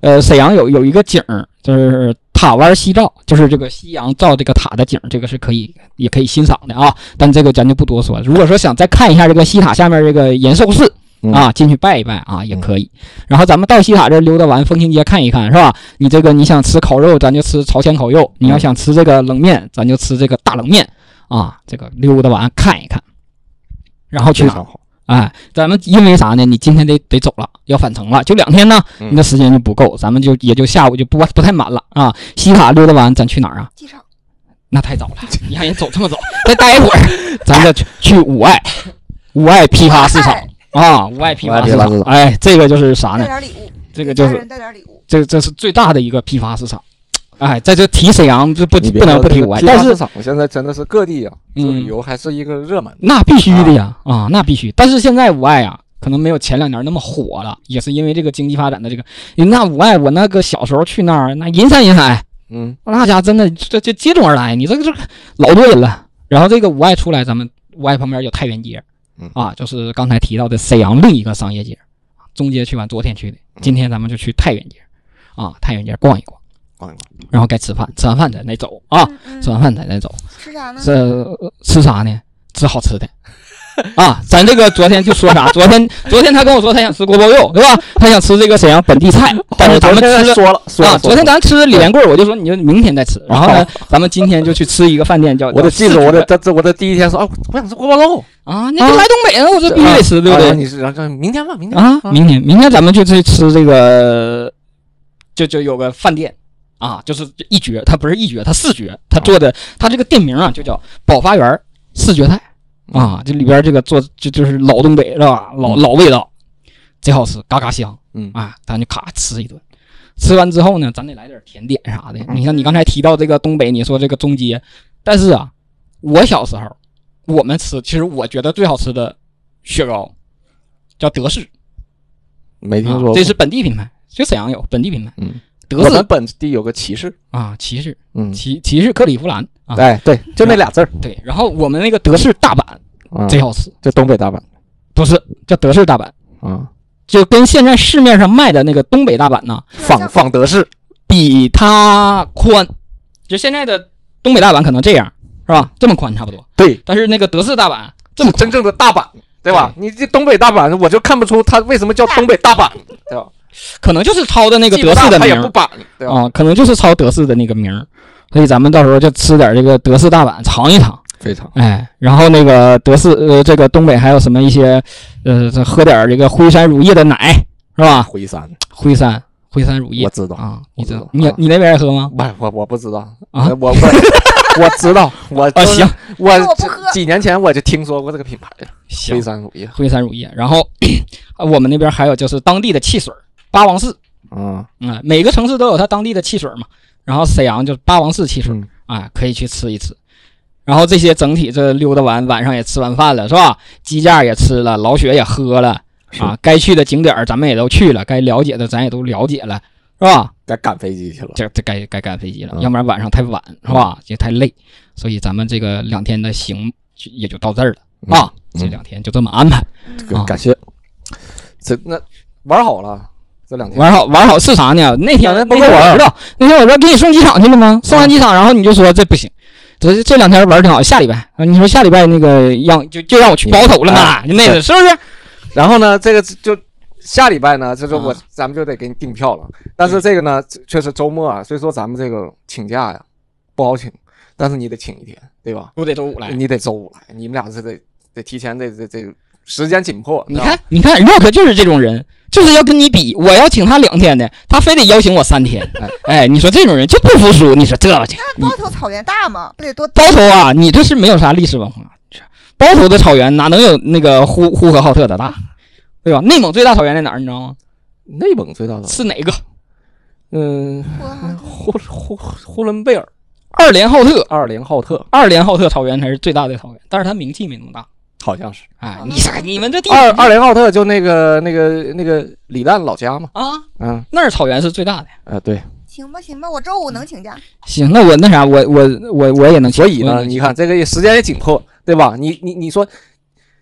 B: 呃，沈阳有有一个景儿，就是塔湾夕照，就是这个夕阳照这个塔的景儿，这个是可以也可以欣赏的啊。但这个咱就不多说了。如果说想再看一下这个西塔下面这个延寿寺。
C: 嗯
B: 啊，进去拜一拜啊，也可以。然后咱们到西塔这儿溜达完，风情街看一看，是吧？你这个你想吃烤肉，咱就吃朝鲜烤肉；
C: 嗯
B: 你要想吃这个冷面，咱就吃这个大冷面啊。这个溜达完看一看，然后去
C: 非
B: 哪儿
C: 常？好，
B: 哎，咱们因为啥呢？你今天得得走了，要返程了，就两天呢，
C: 嗯
B: 你的时间就不够，咱们就也就下午就不不太满了啊。西塔溜达完，咱去哪儿啊？
D: 机场，
B: 那太早了，你让人走这么早，再待一会儿，咱再去去五爱，五爱批发市场
D: 哎
B: 啊，五爱批发市
C: 五爱批发
B: 场
C: 市。场
B: 哎，这个就是啥
D: 带
B: 呢？
D: 点礼物，
B: 这个
D: 给
B: 就
D: 家
B: 是
D: 人带点礼物，
B: 这这是最大的一个批发市场。哎，在这提沈阳这不
C: 你别
B: 不能
C: 说
B: 不
C: 这
B: 提
C: 个
B: 五爱，
C: 批发
B: 但
C: 市
B: 是
C: 场现在真的是各地啊，做
B: 嗯
C: 旅游还是一个热门。
B: 那必须的呀啊那必须。但是现在五爱啊，可能没有前两年那么火了，也是因为这个经济发展的这个。那五爱，我那个小时候去那儿，那人山人海，
C: 嗯，
B: 那家真的这这接踵而来，你这个这个老多人了。然后这个五爱出来，咱们五爱旁边有太原街
C: 嗯，
B: 啊，就是刚才提到的沈阳另一个商业街，中街去完，昨天去的，
C: 嗯
B: 今天咱们就去太原街，啊，太原街逛一逛，
C: 逛一逛，
B: 然后该吃饭，吃完饭咱再走啊，
D: 嗯嗯
B: 吃完饭咱再走。
D: 吃啥呢？
B: 这呃吃啥呢？吃好吃的。 啊，咱这个昨天就说啥？昨天昨天他跟我说他想吃锅包肉，对吧？他想吃这个沈阳本地菜，但是咱们
C: 昨天
B: 吃了
C: 说了说
B: 啊，
C: 了，
B: 昨天咱吃李连贵儿，我就说你就明天再吃。然后呢，咱们今天就去吃一个饭店叫，
C: 我得
B: 叫
C: 记
B: 四
C: 住，我
B: 绝
C: 得这这我的第一天说啊，我想吃锅包肉，
B: 啊，那就来东北了，我 这必须得吃，对不
C: 啊
B: 对？
C: 你是然后明天吧，明天
B: 啊，明天明天咱们就去吃这个，就就有个饭店啊，就是一绝，它不是一绝，它四绝，它做的它这个店名啊就叫宝发园四绝菜啊，这里边这个做就就是老东北是吧？老
C: 嗯
B: 老味道，贼好吃，嘎嘎香。
C: 嗯
B: 啊，咱就咔吃一顿。吃完之后呢，咱得来点甜点啥的。你看，你刚才提到这个东北，你说这个中街，但是啊，我小时候我们吃，其实我觉得最好吃的雪糕叫德式，
C: 没听
B: 啊
C: 说过，
B: 这是本地品牌，就沈阳有本地品牌。
C: 嗯，
B: 德
C: 我
B: 式
C: 们本地有个骑士，
B: 啊，骑士，
C: 嗯，
B: 骑骑士克里夫兰啊，
C: 哎对，就那俩字儿，
B: 对。然后我们那个德式大阪
C: 啊，
B: 贼好吃，
C: 这东北大阪
B: 不是叫德式大阪，嗯
C: 啊，
B: 就跟现在市面上卖的那个东北大阪呢，
C: 仿仿德式，
B: 比它宽，就现在的东北大阪可能这样，是吧？这么宽差不多。
C: 对，
B: 但是那个德式大阪这么
C: 真
B: 宽，
C: 正的大阪，对吧？你这东北大阪，我就看不出它为什么叫东北大阪，对吧？
B: 可能就是抄的那
C: 那
B: 个德式的
C: 它
B: 名
C: 也
B: 儿
C: 不板，对吧？
B: 啊、可能就是抄德式的那个名儿。所以咱们到时候就吃点这个德式大阪，尝一尝。
C: 非常
B: 哎，然后那个德式，呃，这个东北还有什么一些，呃，这喝点这个辉山乳业的奶是吧？
C: 回山，
B: 辉山，辉山乳业
C: 我知道，
B: 啊，你知道
C: 我？知
B: 你
C: 道啊
B: 你那边也喝吗？
C: 我我我不知道呃
B: 啊
C: 我我 我知道，我
B: 啊，行，
C: 我
D: 那我不喝
C: 几年前我就听说过这个品牌了，
B: 行
C: 辉，山乳业
B: 辉山乳业。然后 啊我们那边还有就是当地的汽水儿，八王寺，
C: 啊，
B: 嗯，每个城市都有它当地的汽水儿嘛。然后沈阳就是八王寺汽水儿
C: 嗯，
B: 啊，可以去吃一吃。然后这些整体这溜达完，晚上也吃完饭了，是吧？鸡架也吃了，老雪也喝了，啊，该去的景点儿咱们也都去了，该了解的咱也都了解了，是吧？
C: 该赶飞机去了，
B: 这这该该赶飞机了，
C: 嗯
B: 要不然晚上太晚，是吧？也太累，所以咱们这个两天的行就也就到这儿了啊，
C: 嗯
B: 这两天就这么安排。啊
C: 感谢。这那玩好了这两天，
B: 玩好玩好是啥呢？那天
C: 那
B: 那
C: 不
B: 天
C: 够玩
B: 我嗯知道，那天我说给你送机场去了吗？送完机场，然后你就说这不行，这这两天玩挺好，下礼拜啊，你说下礼拜那个让就就让我去包头了嘛，就那个嗯是不是？
C: 然后呢，这个就下礼拜呢，这就我
B: 啊
C: 咱们就得给你订票了。但是这个呢，确实周末啊，所以说咱们这个请假呀不好请，但是你得请一天，对吧？
B: 我得周五来。
C: 你得周五来，你们俩是得得提前得得得时间紧迫，啊
B: 你
C: 知道
B: 看
C: 吧，
B: 你看，Rock 就是这种人，就是要跟你比。我要请他两天的，他非得邀请我三天。 哎，你说这种人就不服输。你说这玩意儿
D: 那包头草原大嘛，不得多
B: 包头啊，你这是没有啥历史文化。包头的草原哪能有那个呼呼和浩特的大，对吧？内蒙最大草原在哪儿？你知道吗？
C: 内蒙最大的，
B: 是哪个？
C: 嗯，
D: 多好
C: 呼呼呼伦贝尔，
B: 二连浩特，
C: 二连浩特
B: 二连浩特草原才是最大的草原，但是它名气没那么大。
C: 好像是
B: 哎，你啥？你们这地
C: 啊二二连浩特就那个那个那个李诞老家嘛，
B: 啊，
C: 嗯
B: 那儿草原是最大的。
C: 呃对，
D: 行吧行吧，我周五能请假。
B: 行，那我那啥，我我我我也能去。
C: 所以
B: 我也
C: 呢，
B: 能去
C: 你看这个也时间也紧迫，对吧？你你你说，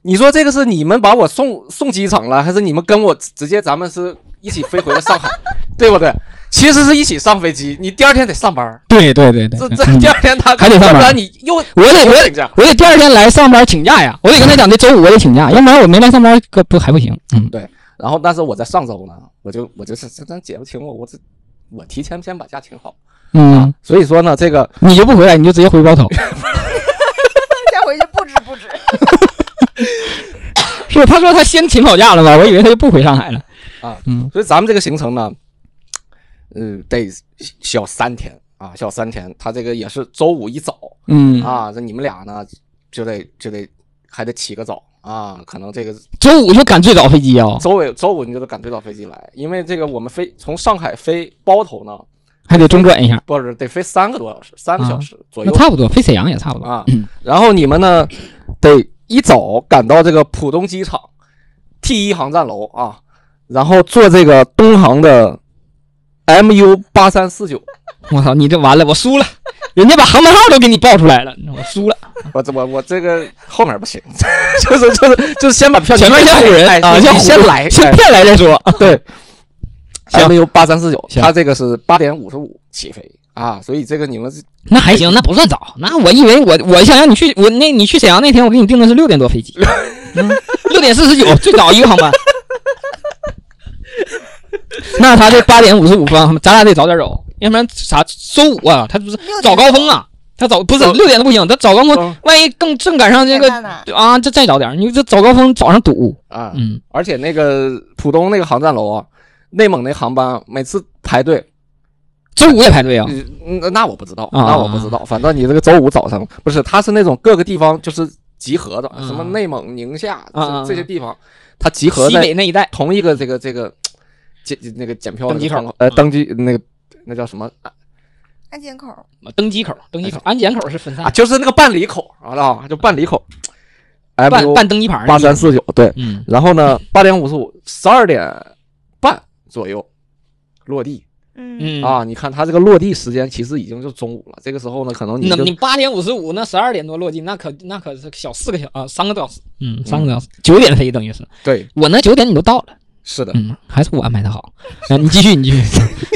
C: 你说这个是你们把我送送机场了，还是你们跟我直直接咱们是一起飞回 了上海，对不对？其实是一起上飞机，你第二天得上班儿，
B: 对对对对，
C: 这
B: 嗯
C: 这第二天他
B: 还得上班
C: 要不然你又
B: 我得我
C: 又请
B: 得
C: 假
B: 我得第二天来上班请假呀，我得跟他讲，这周五我得请假，要不然我没来上班可不还不行。嗯，
C: 然后，但是我在上周呢，我就我就是这咱姐夫请我，我这我提前先把假请好。
B: 嗯，
C: 所以说呢，这个
B: 你就不回来，你就直接回包头。
D: 再回去布置布置。
B: 是，他说他先请好假了吧？我以为他就不回上海了。
C: 所以咱们这个行程呢，呃，得小三天啊，小三天。他这个也是周五一早
B: 嗯，
C: 啊，这你们俩呢就得就得还得起个早啊，可能这个
B: 周五就赶最早飞机啊、
C: 周五周五你就得赶最早飞机来，因为这个我们飞从上海飞包头呢，
B: 还得中转一下。
C: 不是得飞三个多小时，三个小时左
B: 啊那嗯
C: 右
B: 差不多，飞沈阳也差不多。
C: 啊。然后你们呢，得一早赶到这个浦东机场 T 一航站楼啊，然后坐这个东航的 MU 八三四九。
B: 我操，你这完了，我输了，人家把航班号都给你报出来了，我输了。
C: 我这我我这个后面不行， 就是就是就是先把票
B: 前面先唬人
C: 哎
B: 啊，
C: 你
B: 唬
C: 你先
B: 人
C: 来，哎
B: 先骗来再说。
C: 对。
B: 行
C: MU 八三四九，
B: 行
C: 它这个是八点五十五起飞啊，所以这个你们是
B: 那还行，那不算早。那我以为我我想让你去我那你去沈阳那天，我给你订的是六点多飞机，嗯六点四十九最早一个航班。 那他这八点五十五分，咱俩得早点走，要不然啥周五啊，他不是
D: 六点
B: 早高峰啊，他早不是
C: 早
B: 六点都不行，他早高
C: 嗯
B: 峰，万一更正赶上这个
D: 点半呢
B: 啊，这再早点，你这早高峰早上堵，
C: 啊，
B: 嗯，
C: 而且那个浦东那个航站楼啊，内蒙那航班每次排队
B: 周五也排队啊，
C: 嗯，那那我不知道，
B: 啊
C: 那我不知道。反正你这个周五早上不是，它是那种各个地方就是集合的，
B: 嗯
C: 什么内蒙、宁夏
B: 啊
C: 这这些地方，它集合
B: 西
C: 在
B: 北那一带
C: 同一个这个这个检那个检票
B: 登机口啊
C: 那个窗口呃，登机那个那叫什么
D: 安检口儿
B: 呃登机口，登机口，安检口是分散
C: 啊？，就是那个办理口啊，就办理口。
B: 办
C: M
B: 办登机牌儿
C: 八三四九对，
B: 嗯。
C: 然后呢，八点五十五，十二点半左右落地
D: 嗯，
B: 嗯
C: 啊。你看它这个落地时间其实已经就中午了，这个时候呢，可能你
B: 那
C: 就
B: 你八点五十五，那十二点多落地，那可那可是小四个小啊，三个多小时，嗯，三个多小时，九点飞等于是
C: 对，
B: 我那九点你都到了，
C: 是的，
B: 嗯，还是我安排的好。啊，你继续，你 继续，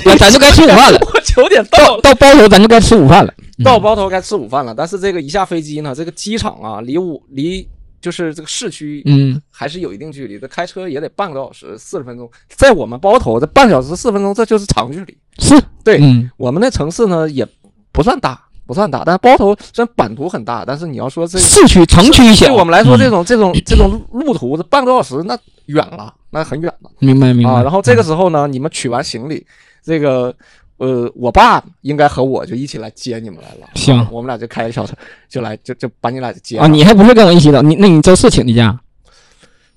B: 咱咱就该吃午饭了，
C: 我九点到了。
B: 到到包头咱就该吃午饭了。嗯
C: 到包头该吃午饭了，但是这个一下飞机呢，这个机场啊，离我离就是这个市区
B: 嗯，
C: 还是有一定距离的，开车也得半个多小时，四十分钟。在我们包头，这半小时四分钟，这就是长距离。
B: 是，
C: 对
B: 嗯，
C: 我们那城市呢也不算大，不算大，但是包头虽然版图很大，但是你要说这
B: 市区城区小，
C: 对我们来说，
B: 嗯
C: 这种这种这种路途，这半个多小时那远了，那很远了
B: 明白明白。嗯
C: 啊。然后这个时候呢，你们取完行李，这个呃，我爸应该和我就一起来接你们来
B: 嗯
C: 了。啊
B: 行
C: 我们俩就开着小车就来，就就把你俩就接
B: 啊，
C: 了
B: 你还不是跟我一起走？你那你周四请的假，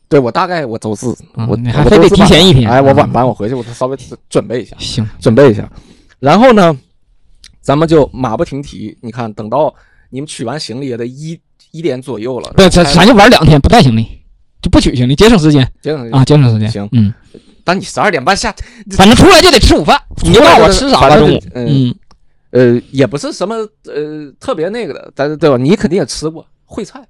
C: 对我大概我周四，
B: 嗯
C: 我
B: 你还
C: 我
B: 非
C: 周
B: 得
C: 四
B: 提
C: 晚
B: 前一天
C: 哎，我
B: 嗯
C: 晚班我回去我稍微准准备一下，
B: 行，
C: 准备一下。然后呢，咱们就马不停蹄。你看，等到你们取完行李也得一一点左右了，
B: 对，咱
C: 开
B: 咱就玩两天，不带行李，就不取行李，节省时间
C: 接着就
B: 啊，节省时间。
C: 行
B: 嗯，
C: 但你十二点半下，
B: 反正出来就得吃午饭，你
C: 出来
B: 让我
C: 就是
B: 吃啥
C: 反
B: 吧
C: 正
B: 中
C: 就
B: 午？
C: 嗯
B: 嗯。
C: 呃，也不是什么呃特别那个的，但是对吧？你肯定也吃过烩菜，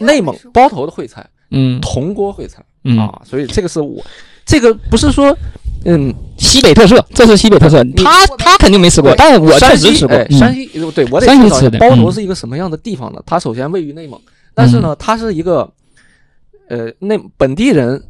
C: 内蒙包头的烩菜，
B: 嗯
C: 铜锅烩菜。
B: 嗯，
C: 啊，所以这个是我，这个不是说，嗯，
B: 西北特色，这是西北特色。他他肯定没吃过，
C: 对
B: 但我确
C: 山
B: 实
C: 西
B: 吃过
C: 哎。
B: 嗯
C: 山西，对我得
B: 山西
C: 介绍一下
B: 吃的
C: 包头
B: 嗯
C: 是一个什么样的地方呢？它首先位于内蒙，但是呢，它是一个，呃，内本地人，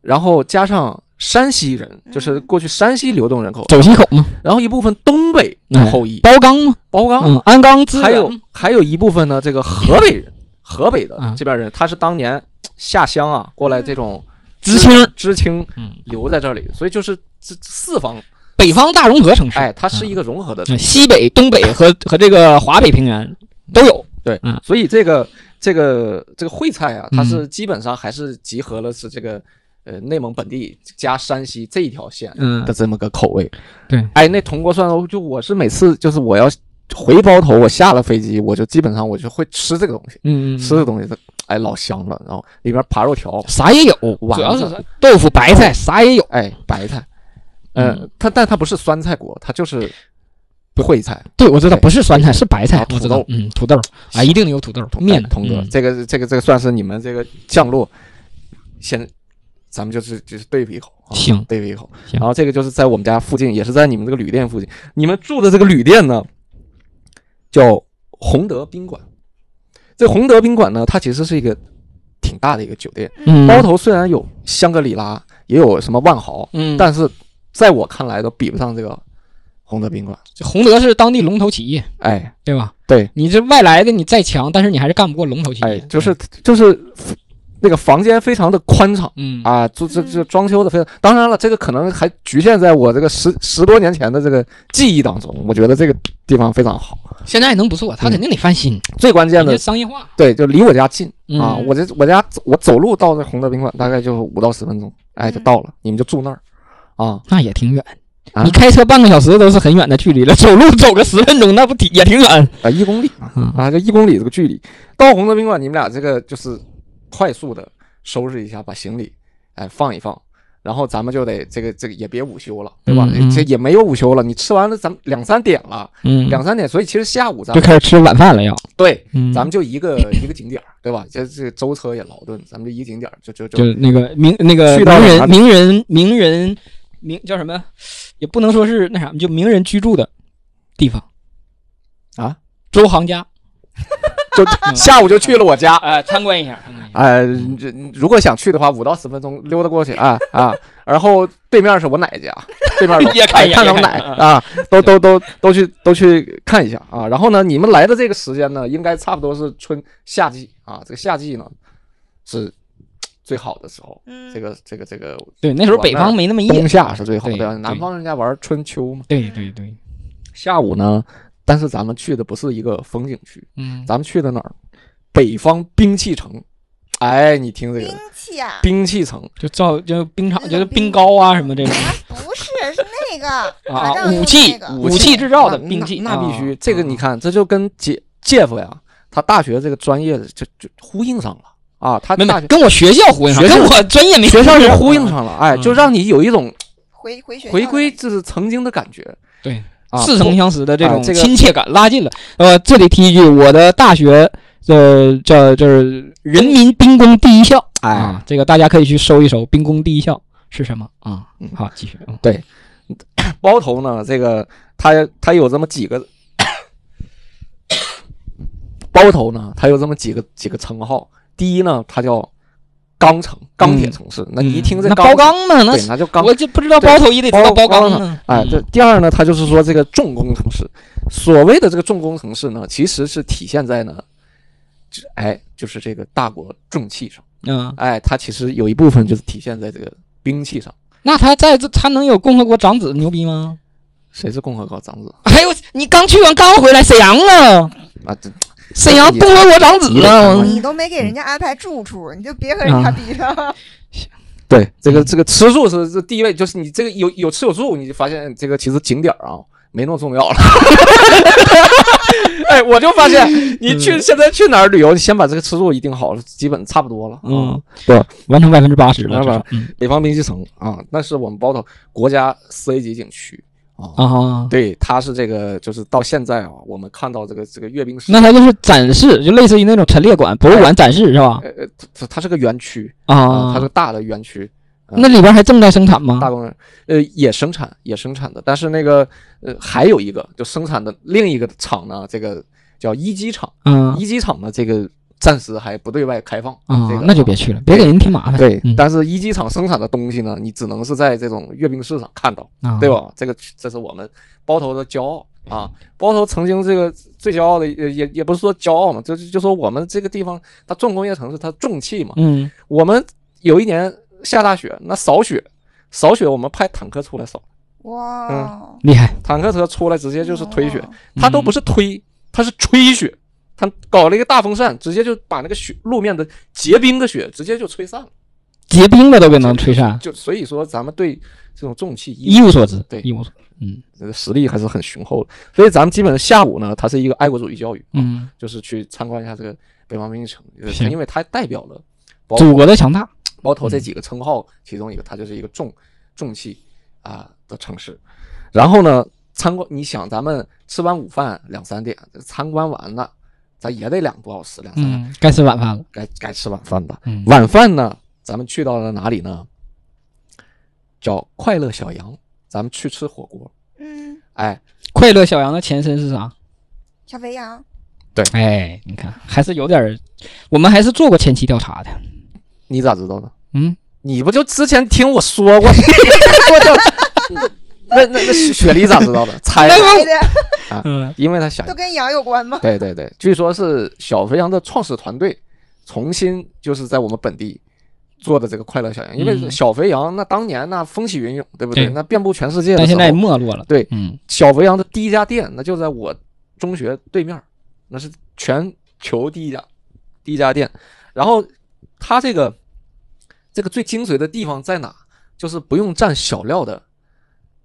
C: 然后加上山西人，就是过去山西流动人口，
B: 走西口嘛，
C: 然后一部分东北
B: 哎
C: 后裔，
B: 包钢嘛，
C: 包钢，
B: 嗯，鞍钢资源嗯
C: 还有还有一部分呢，这个河北人，河北的
B: 啊
C: 这边人，他是当年下乡啊过来这种
B: 嗯知青，
C: 知青
B: 嗯，
C: 留在这里，所以就是这这四方，
B: 北方大融合城市，
C: 哎，它是一个融合的，
B: 嗯，西北、东北和和这个华北平原都有。
C: 所以这个这个这个烩菜啊，
B: 嗯
C: 它是基本上还是集合了是这个呃内蒙本地加山西这一条线
B: 嗯
C: 的这么个口味。
B: 对，
C: 哎，那铜锅涮肉就我是每次就是我要回包头，我下了飞机，我就基本上我就会吃这个东西，
B: 嗯，
C: 吃这个东西，它哎老香了，然后里边扒肉条，
B: 啥也有，
C: 丸
B: 主要是
C: 子
B: 豆腐、白菜啥也有，嗯
C: 哎白菜，呃，它但它不是酸菜锅，它就是烩菜，
B: 对，我知道
C: 对
B: 不是酸菜，是白菜
C: 啊，
B: 我知
C: 土
B: 道
C: 豆，
B: 嗯，土豆啊，一定有土豆，面的
C: 童哥，
B: 嗯
C: 这哎个这个这个算是你们这个降落，先咱们就是就是对比一口，啊
B: 行
C: 对比一口。
B: 行
C: 然后这个就是在我们家附近，也是在你们这个旅店附近，你们住的这个旅店呢，叫宏德宾馆。这宏德宾馆呢，它其实是一个挺大的一个酒店，
B: 嗯，
C: 包头虽然有香格里拉，也有什么万豪，
B: 嗯，
C: 但是在我看来都比不上这个宏德宾馆。
B: 这洪德是当地龙头企业，
C: 哎，
B: 对吧？
C: 对，
B: 你这外来的你再强，但是你还是干不过龙头企业，
C: 哎，就是就是那个房间非常的宽敞。
B: 嗯
C: 啊，这这这装修的非常，当然了，这个可能还局限在我这个十十多年前的这个记忆当中。我觉得这个地方非常好，
B: 现在能不错，他肯定得翻新，
C: 最关键
B: 人家
C: 嗯的
B: 商业化
C: 对，就离我家近啊，
B: 嗯
C: 我这我家走我走路到这红德宾馆大概就五到十分钟，哎，
B: 嗯
C: 就到了，你们就住那儿啊，
B: 那也挺远
C: 啊。
B: 你开车半个小时都是很远的距离了，走路走个十分钟，那不挺也挺远？
C: 啊一公里
B: 嗯
C: 啊，就一公里这个距离到红德宾馆，你们俩这个就是快速的收拾一下，把行李哎放一放。然后咱们就得这个这个也别午休了，对吧？
B: 嗯嗯
C: 这也没有午休了，你吃完了咱们两三点了，
B: 嗯，
C: 两三点，所以其实下午咱
B: 就
C: 们
B: 开始吃晚饭了要。
C: 对，
B: 嗯，
C: 咱们就一个一个景点儿，对吧？这这舟车也劳顿，咱们就一个景点儿，就就
B: 就
C: 就
B: 那个名那个
C: 去到
B: 名
C: 哪
B: 人
C: 里
B: 名人名人名叫什么？也不能说是那啥，就名人居住的地方
C: 啊，
B: 周行家
C: 就下午就去了我家。
B: 啊、参观一下，参观一下。
C: 哎，这如果想去的话，五到十分钟溜达过去啊啊，然后对面是我奶家，对面
B: 也看一
C: 看
B: 眼
C: 看
B: 也
C: 看我
B: 看
C: 奶
B: 嗯一眼
C: 啊，都都都都去都去看一下啊。然后呢，你们来的这个时间呢，应该差不多是春夏季啊，这个夏季呢是最好的时候，
D: 嗯
C: 这个这个这个
B: 对，那时候北
C: 往那
B: 方
C: 儿
B: 没那么
C: 冬
B: 热。
C: 夏是最好的，
B: 对
C: 对吧
B: 对
C: 南方人家玩春秋嘛。
B: 对对对，
C: 下午呢，但是咱们去的不是一个风景区，
B: 嗯，
C: 咱们去的哪儿？北方兵器城。哎，你听这
D: 兵
C: 个
D: 器啊，
C: 兵器城，
B: 就造就冰场，就是
D: 冷
B: 冰
D: 冰
B: 膏啊什么这种
D: 啊不是，是那个打
B: 啊，
D: 仗
B: 武
D: 用的
B: 器
D: 那个
B: 武器制造的
C: 那
B: 兵器，
C: 那那必须
B: 啊。
C: 这个你，看，这就跟姐姐夫呀，他大学这个专业就就呼应上了啊，他
B: 啊没
C: 大
B: 没
C: 学
B: 跟我学校呼应上，
C: 学校
B: 跟我专业没
C: 学校也
B: 关系
C: 呼应。上了，哎，
B: 嗯
C: 就让你有一种
D: 回回学校
C: 回
D: 的
C: 归
D: 那
C: 就是曾经的感觉。
B: 对
C: 啊，
B: 似曾相识的这
C: 啊
B: 种
C: 这个
B: 亲切感拉近了。呃，这里提一句，我的大学呃叫就是人民兵工第一校，
C: 哎
B: 啊，，这个大家可以去搜一搜，兵工第一校是什么啊
C: 嗯？
B: 好，继续，嗯
C: 包头呢，这个他他有这么几个，包头呢，他有这么几个几个称号。第一呢，它叫钢城，钢铁城市。那你一听这
B: 嗯那
C: 钢
B: 包
C: 城，
B: 钢嘛，那
C: 对，那就钢。
B: 我就不知道
C: 对
B: 包头也得知道
C: 包
B: 钢
C: 钢
B: 呢。嗯
C: 哎，这第二呢，它就是说这个重工城市。所谓的这个重工城市呢，其实是体现在呢，就哎，就是这个大国重器上。
B: 嗯，
C: 哎，它其实有一部分就是体现在这个兵器上。
B: 那他在这他能有共和国长子牛逼吗？
C: 谁是共和国长子
B: 哎呦，你刚去完刚回来沈阳啊，
C: 啊？这
B: 沈阳共和国长子
C: 你得看
B: 啊
C: 看
D: 个，，你都没给人家安排住处，你就别和人家比了。
C: 对，这个这个吃住是是第一位，就是你这个有有吃有住，你就发现这个其实景点儿啊没那么重要了。 哎，我就发现你去现在去哪儿旅游，你先把这个吃住一定好了，基本差不多了。
B: 嗯，
C: 对，
B: 完成百分之八十了，
C: 完成
B: 啊这是嗯
C: 北方冰激城啊，那是我们包头国家四 A 级景区啊。
B: 嗯啊。
C: 对，它是这个，就是到现在啊，我们看到这个这个阅兵式，
B: 那它就是展示，就类似于那种陈列馆、博物馆展示是吧？
C: 呃呃，它它是个园区啊，
B: 啊
C: 它是，个大的园区，呃
B: 那里边还正在生产吗？
C: 大工人，呃，也生产，也生产的，但是那个呃，还有一个就生产的另一个厂呢，这个叫一机厂，
B: 嗯
C: 一机厂呢，这个暂时还不对外开放
B: 啊
C: 这个，
B: 那就别去了，别给人挺麻烦。
C: 对，
B: 嗯
C: 但是一机厂生产的东西呢，你只能是在这种阅兵式上看到，
B: 啊
C: 对？吧？这个这是我们包头的骄傲啊！包头曾经这个最骄傲的，也也也不是说骄傲嘛，就是就说我们这个地方它重工业城市，它重器嘛，
B: 嗯，
C: 我们有一年下大雪，那扫雪，扫雪我们派坦克出来扫。
D: 哇，
B: 厉害，
C: 坦克车出来直接就是推雪，
D: 哦
C: 它
B: 嗯
C: 都不是推，它是吹雪，它搞了一个大风扇，直接就把那个雪路面的结冰的雪直接就吹散了。
B: 结冰了都给能吹散，
C: 就所以说咱们对这种重器一
B: 一无所知，
C: 对
B: 一无所知。嗯
C: 这个实力还是很雄厚的。所以咱们基本上下午呢，它是一个爱国主义教育，，啊
B: 嗯，
C: 就是去参观一下这个北方冰城，呃
B: 行
C: 因为它代表了包
B: 祖国的强大，
C: 包
B: 嗯
C: 头这几个称号其中一个，它就是一个重重器啊、的城市。然后呢，参观，你想咱们吃完午饭两三点，参观完了，咱也得两个多小时，两三点、
B: 嗯，该吃晚饭了，
C: 该该吃晚饭了。
B: 嗯
C: 晚饭呢，咱们去到了哪里呢？叫快乐小羊，咱们去吃火锅。
D: 嗯，
C: 哎，
B: 快乐小羊的前身是啥？
D: 小肥羊，
B: 哎，你看，还是有点儿，我们还是做过前期调查的。
C: 你咋知道的？
B: 嗯，
C: 你不就之前听我说过？ 我就那那那雪雪梨咋知 道的？猜的，
D: 对的，
B: 嗯，
C: 因为他想
D: 都跟羊有关吗？
C: 对对对，据说是小肥羊的创始团队重新就是在我们本地做的这个快乐小羊，因为
B: 嗯
C: 小肥羊那当年那风起云涌，对不对？
B: 对
C: 那遍布全世界的时
B: 但
C: 候。
B: 现在没落了。
C: 对
B: 嗯，
C: 小肥羊的第一家店，那就在我中学对面儿，那是全球第一家第一家店。然后它这个这个最精髓的地方在哪？就是不用蘸小料的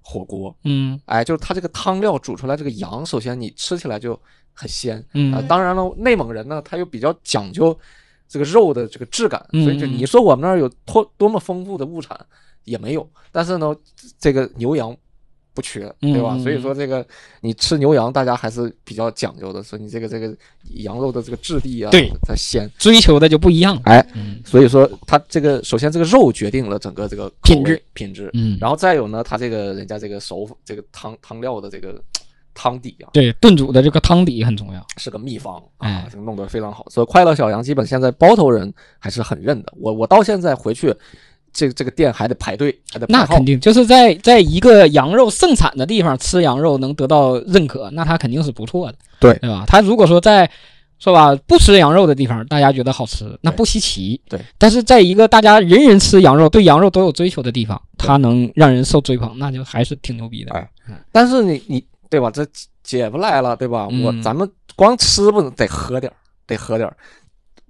C: 火锅，
B: 嗯
C: 哎，就是它这个汤料煮出来这个羊，首先你吃起来就很鲜啊、
B: 嗯
C: 当然了，内蒙人呢，他又比较讲究这个肉的这个质感，所以就
B: 嗯嗯
C: 你说我们那儿有多多么丰富的物产也没有，但是呢，这个牛羊不缺，对吧？
B: 嗯嗯嗯
C: 所以说这个你吃牛羊，大家还是比较讲究的，所以你这个这个羊肉的这个质地啊，
B: 对，
C: 它鲜。
B: 追求的就不一样了。
C: 哎，
B: 嗯
C: 所以说它这个首先这个肉决定了整个这个口味
B: 品质
C: 品质，
B: 嗯，
C: 然后再有呢，它这个人家这个手法这个汤汤料的这个汤底啊，
B: 对炖煮的这个汤底很重要。
C: 是个秘方啊
B: 哎，
C: 这个弄得非常好。所以快乐小羊基本现在包头人还是很认的。我我到现在回去，这这个店还得排队，还得排
B: 那
C: 号
B: 肯。定就是在在一个羊肉盛产的地方吃羊肉能得到认可，那它肯定是不错的，
C: 对
B: 对吧？它如果说在是吧不吃羊肉的地方，大家觉得好吃，那
C: 对
B: 不稀奇。
C: 对，
B: 但是在一个大家人人吃羊肉、对羊肉都有追求的地方，它能让人受追捧，那就还是挺牛逼的。
C: 哎但是你你对吧？这姐夫来了，对吧？
B: 嗯
C: 我咱们光吃不能，得喝点儿，得喝点儿。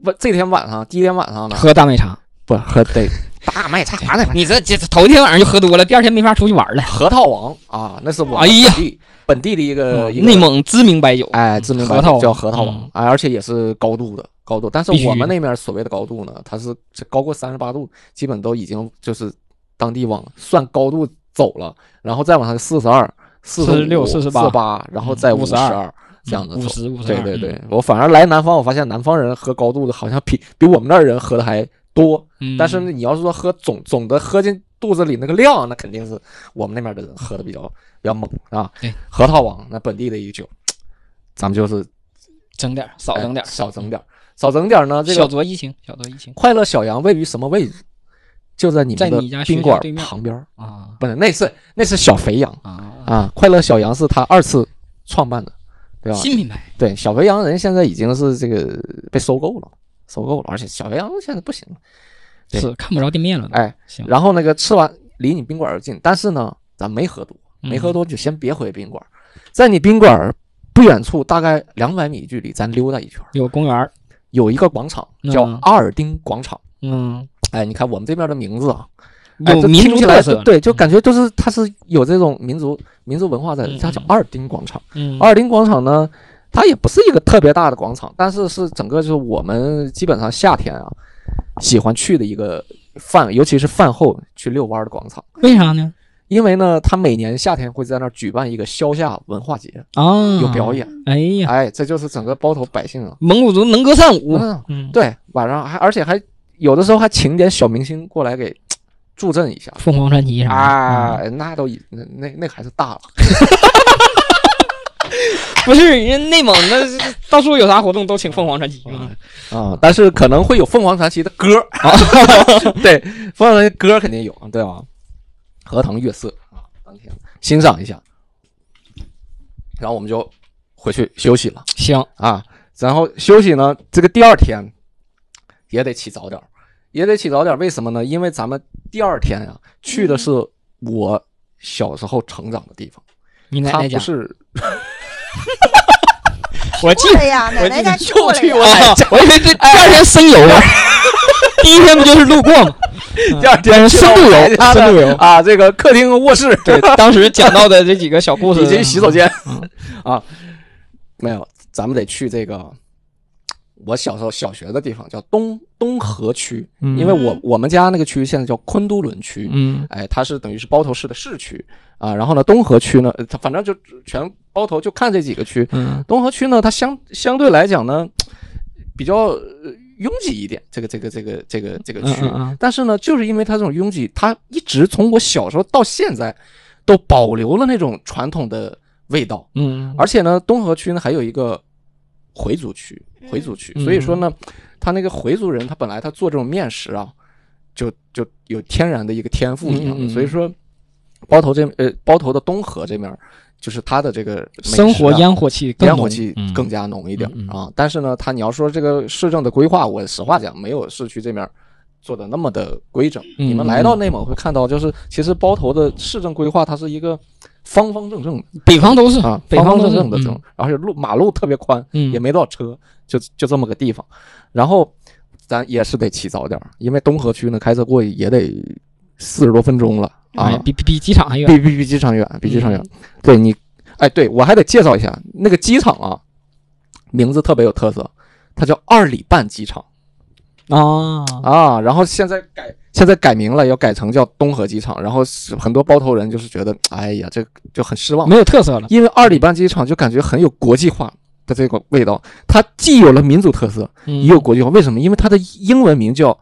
C: 不，这天晚上，第一天晚上呢，
B: 喝大麦茶，
C: 不喝得大麦茶啥的，
B: 你这这头一天晚上就喝多了，第二天没法出去玩了。
C: 核桃王啊，那是我们
B: 哎呀嗯
C: 本地本地的一个呃一个
B: 内蒙知名白酒，
C: 哎，知名
B: 核
C: 白酒
B: 桃王
C: 叫核桃王
B: 嗯
C: 啊，而且也是高度的高度，但是
B: 必须
C: 我们
B: 的
C: 那面所谓的高度呢，它是这高过三十八度，基本都已经就是当地往算高度走了，然后再往上四十二、四
B: 46
C: 四
B: 48
C: 八，然后再
B: 嗯
C: 十二这样子
B: 五
C: 走。
B: 十五十，嗯
C: 对对对，我反而来南方，我发现南方人喝高度的好像比比我们那儿人喝的还多，
B: 嗯，
C: 但是呢你要是说喝总总的喝进肚子里那个量，那肯定是我们那边的人喝的比较比较猛啊
B: 对。
C: 核桃王那本地的一个酒，咱们就是
B: 整点儿少整点儿
C: 哎，少整点儿，少整点儿呢。这
B: 小
C: 个
B: 酌怡情，小酌怡情
C: 快乐小羊位于什么位置？就在你
B: 在
C: 们的
B: 你家学
C: 宾
B: 校
C: 馆
B: 对面
C: 旁边儿，
B: 啊
C: 不是那是那是小肥羊
B: 啊，
C: 啊。快乐小羊是他二次创办的，对吧？
B: 新品牌。
C: 对，小肥羊人现在已经是这个被收购了，收购了，而且小肥羊现在不行了。对
B: 是看不着店面了呢。
C: 哎，
B: 行，
C: 然后那个吃完离你宾馆儿近，但是呢，咱没喝多，没喝
B: 嗯
C: 多就先别回宾馆儿，在你宾馆儿不远处大概两百米距离，咱溜达一圈儿，
B: 有公园儿，
C: 有一个广场叫
B: 嗯
C: 阿尔丁广场。
B: 嗯，
C: 哎，你看我们这边的名字啊，哎
B: 有
C: 这
B: 民
C: 听
B: 族
C: 起来
B: 特
C: 就
B: 色，
C: 对，就感觉就是它是有这种民族民族文化在的
B: 嗯，
C: 它叫
B: 嗯
C: 阿尔丁广场。
B: 嗯
C: 阿尔丁广场呢，它也不是一个特别大的广场，但是是整个就是我们基本上夏天啊喜欢去的一个饭，尤其是饭后去遛弯儿的广场。
B: 为啥呢？
C: 因为呢，他每年夏天会在那儿举办一个消夏文化节，
B: 啊，
C: 有表。演。
B: 哎呀，
C: 哎，这就是整个包头百姓啊。
B: 蒙古族能歌善舞。
C: 嗯，
B: 嗯，
C: 对，晚上还而且还有的时候还请点小明星过来给助阵一下。
B: 凤凰传奇啥的。
C: 啊
B: 嗯，
C: 那都已那那那个还是大了。
B: 不是人家内蒙那到处有啥活动都请凤凰传奇嘛。
C: 啊、但是可能会有凤凰传奇的歌儿啊， 对，凤凰传奇歌儿肯定有，啊对吧？荷塘月色啊，当天欣赏一下，然后我们就回去休息了
B: 行，
C: 啊。然后休息呢，这个第二天也得起早点儿，也得起早点儿。为什么呢？因为咱们第二天啊，去的是我小时候成长的地方，
B: 你奶
C: 它
B: 奶家
C: 不，是
B: 我 记
D: 过
B: 得
D: 了呀，奶奶家去过了
C: 去
B: 哎
D: 呀。
C: 我奶奶家
B: 啊，我以为这第二天生油啊，第一天不就是路过吗？
C: 第二
B: 但
C: 天
B: 是
C: 去到
B: 深度
C: 我
B: 游
C: 们家的
B: 深度游
C: 啊，这个客厅、卧室
B: 对，当时讲到的这几个小故事，
C: 以及洗手间
B: 嗯
C: 啊，没有，咱们得去这个我小时候小学的地方，叫东东河区，
B: 嗯
C: 因为我我们家那个区现在叫昆都仑区，
B: 嗯，
C: 哎，它是等于是包头市的市区啊，然后呢，东河区呢，呃它反正就全包头就看这几个区，
B: 嗯
C: 东河区呢，它相相对来讲呢，比较呃拥挤一点，这个这个这个这个这个
B: 嗯
C: 区。
B: 嗯嗯
C: 但是呢，就是因为它这种拥挤，它一直从我小时候到现在，都保留了那种传统的味道。
B: 嗯，
C: 而且呢，东河区呢还有一个回族区，回族区，
B: 嗯
C: 所以说呢，他那个回族人，他本来他做这种面食啊，就就有天然的一个天赋一样的，
B: 嗯嗯嗯
C: 所以说包头这呃包头的东河这面儿，就是它的这个美食啊
B: 生活烟火气更浓，
C: 烟火气
B: 嗯
C: 更加浓一点儿
B: 嗯嗯
C: 啊。但是呢，它你要说这个市政的规划，我实话讲，没有市区这面儿做的那么的规整。
B: 嗯
C: 你们来到内蒙会看到，就是其实包头的市政规划，它是一个方方正正的。
B: 北方都是
C: 啊，
B: 北
C: 方方
B: 都
C: 正
B: 是
C: 正的这种，而且路马路特别宽，
B: 嗯
C: 也没多少车，就就这么个地方。然后咱也是得起早点儿，因为东河区呢开车过去也得四十多分钟了
B: 嗯
C: 啊
B: 哎，嗯比比比机场还远
C: 比比比机场远，比机场远。对你，哎，对我还得介绍一下那个机场啊，名字特别有特色，它叫二里半机场
B: 啊
C: 啊。然后现在改，现在改名了，要改成叫东河机场。然后是很多包头人就是觉得，哎呀，这就很失望。
B: 没有特色了，
C: 因为二里半机场就感觉很有国际化的这个味道，它既有了民族特色，
B: 也
C: 也有国际化。为什么？因为它的英文名叫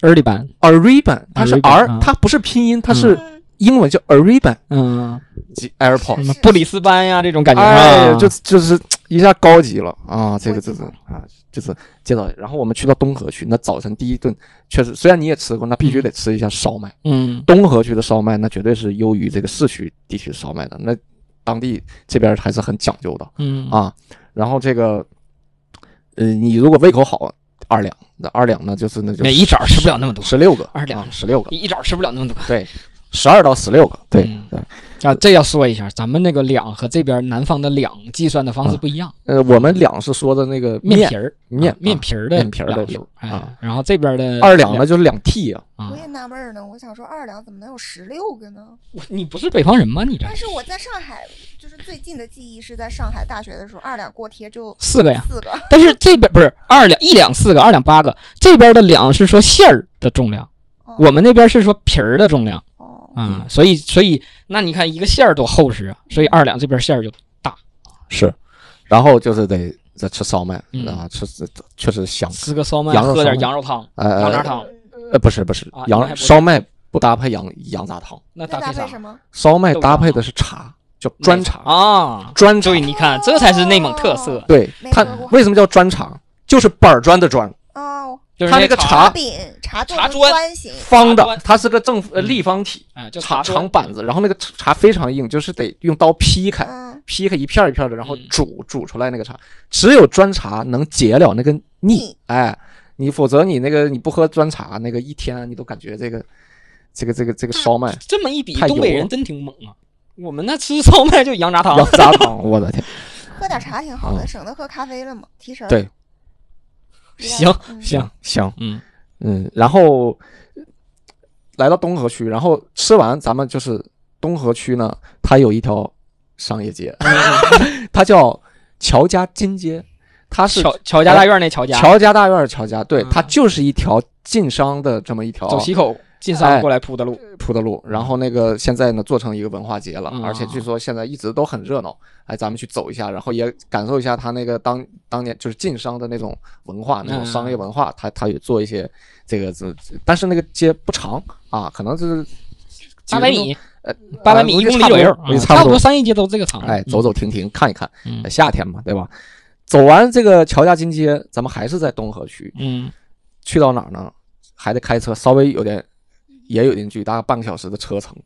B: 二里班，
C: Ariban，它是
B: Ariban，啊
C: R，它不是拼音，它是
D: 嗯
C: 英文叫 Ariban
B: 嗯，
C: 及
B: 什
C: Airport。
B: 么布里斯班呀这种感觉
C: 哦 哎
B: 啊，，
C: 就就是一下高级了啊！这个这个啊，就是接着，然后我们去到东河去，那早晨第一顿确实，虽然你也吃过，那必须得吃一下烧麦。
B: 嗯
C: 东河区的烧麦那绝对是优于这个市区地区烧麦的，那当地这边还是很讲究的。
B: 嗯
C: 啊，然后这个，呃，你如果胃口好，二两，那二两呢就是啊那就
B: 每一早吃不了那么多，
C: 十六个，啊
B: 二两
C: 十六个，
B: 一早吃不了那么多
C: 对，十二到十六个，对、
B: 嗯
C: 对，
B: 啊。这要说一下，咱们那个两和这边南方的两计算的方式不一样，
C: 呃，我们两是说的那个
B: 面皮儿
C: 面
B: 啊面皮儿的
C: 面皮儿的
B: 两数，哎
C: 两啊，
B: 然后这边的
C: 二两呢就是两屉啊，
B: 啊
D: 嗯我，也纳闷儿呢，我想说二两怎么能有十六个呢？
B: 我你不是北方人吗？你这
D: 但是我在上海，就是最近的记忆是在上海大学的时候，二两锅贴就
B: 四哎个呀。
D: 四个，
B: 但是这边不是二两一两四个，二两八个，这边的两是说馅儿的重量，
D: 哦
B: 我们那边是说皮儿的重量
D: 哦，
B: 啊、
C: 嗯
B: 所以所以那你看一个馅儿多厚实啊，所以二两这边馅儿就
C: 是，然后就是得再吃烧麦，
B: 嗯
C: 然后吃确实香，
B: 吃个烧麦，
C: 羊肉
B: 喝
C: 烧麦
B: 点羊肉汤，羊杂
C: 呃
B: 汤，
C: 呃不是不是
B: 啊那还
C: 羊
B: 不是
C: 烧麦不搭配羊羊杂汤，
B: 那
D: 那
B: 搭
D: 搭
B: 配啥
D: 配？什么？
C: 烧麦
B: 豆
C: 搭
B: 芽
C: 配
B: 汤
C: 的是茶，叫砖茶，
B: 啊，
C: 砖茶
B: 所以你看这才是内蒙特色，
C: 对
D: 没
C: 它
D: 喝过
C: 为什么叫砖茶？就是板砖的砖，
D: 哦，
B: 就是
C: 它那个
B: 啊茶
C: 茶
D: 茶饼、茶做
B: 茶
D: 成
B: 砖哎
D: 砖形，
C: 方
B: 茶
C: 的
B: 砖，
C: 它是个正呃立方体，
B: 哎，就
C: 长
B: 砖
C: 长板子，然后那个茶茶非常硬，就是得用刀劈开，
D: 嗯，
C: 劈开一片儿一片儿的，然后
B: 嗯
C: 煮煮出来那个茶。只有砖茶能解了那个腻
D: 腻，
C: 哎，你否则你那个你不喝砖茶，那个一天你都感觉这个这个这个这个烧麦
B: 这么一比，
C: 太油
B: 东北人
C: 了
B: 真挺猛啊。我们那吃烧麦就羊杂汤
C: 要，杂汤，我的天！
D: 喝点茶挺好的，
B: 哦
C: 嗯
D: 省得喝咖啡了嘛，提神儿。
C: 对
D: 一
B: 行
D: 样嗯
B: 行
C: 香，
B: 嗯
C: 嗯，然后呃来到东河区，然后吃完咱们就是东河区呢，它有一条商 业街，它叫乔家金街，它是
B: 乔乔家大院那乔家，
C: 乔家大院儿乔家，对，
B: 嗯
C: 它就是一条晋商的这么一条
B: 走西口进商
C: 哎
B: 过来铺的路，
C: 铺的路，然后那个现在呢做成一个文化节了，
B: 嗯
C: 而且据说现在一直都很热闹，哎，咱们去走一下，然后也感受一下它那个当当年就是晋商的那种文化，
B: 嗯
C: 那种商业文化，它它也做一些这个，这但是那个街不长啊，可能就是几
B: 八
C: 分
B: 百
C: 钟
B: 米，
C: 呃，
B: 八百米
C: 呃
B: 一公里
C: 差不
B: 左
C: 多
B: 右，
C: 也
B: 啊
C: 差
B: 差
C: 不
B: 商业街都这个长。
C: 哎，
B: 嗯
C: 走，走停停看一看，
B: 嗯
C: 呃夏天嘛，对吧？走完这个乔家金街，咱们还是在东河区，
B: 嗯，
C: 去到哪儿呢？还得开车，稍微有点也有点距，大概半个小时的车程，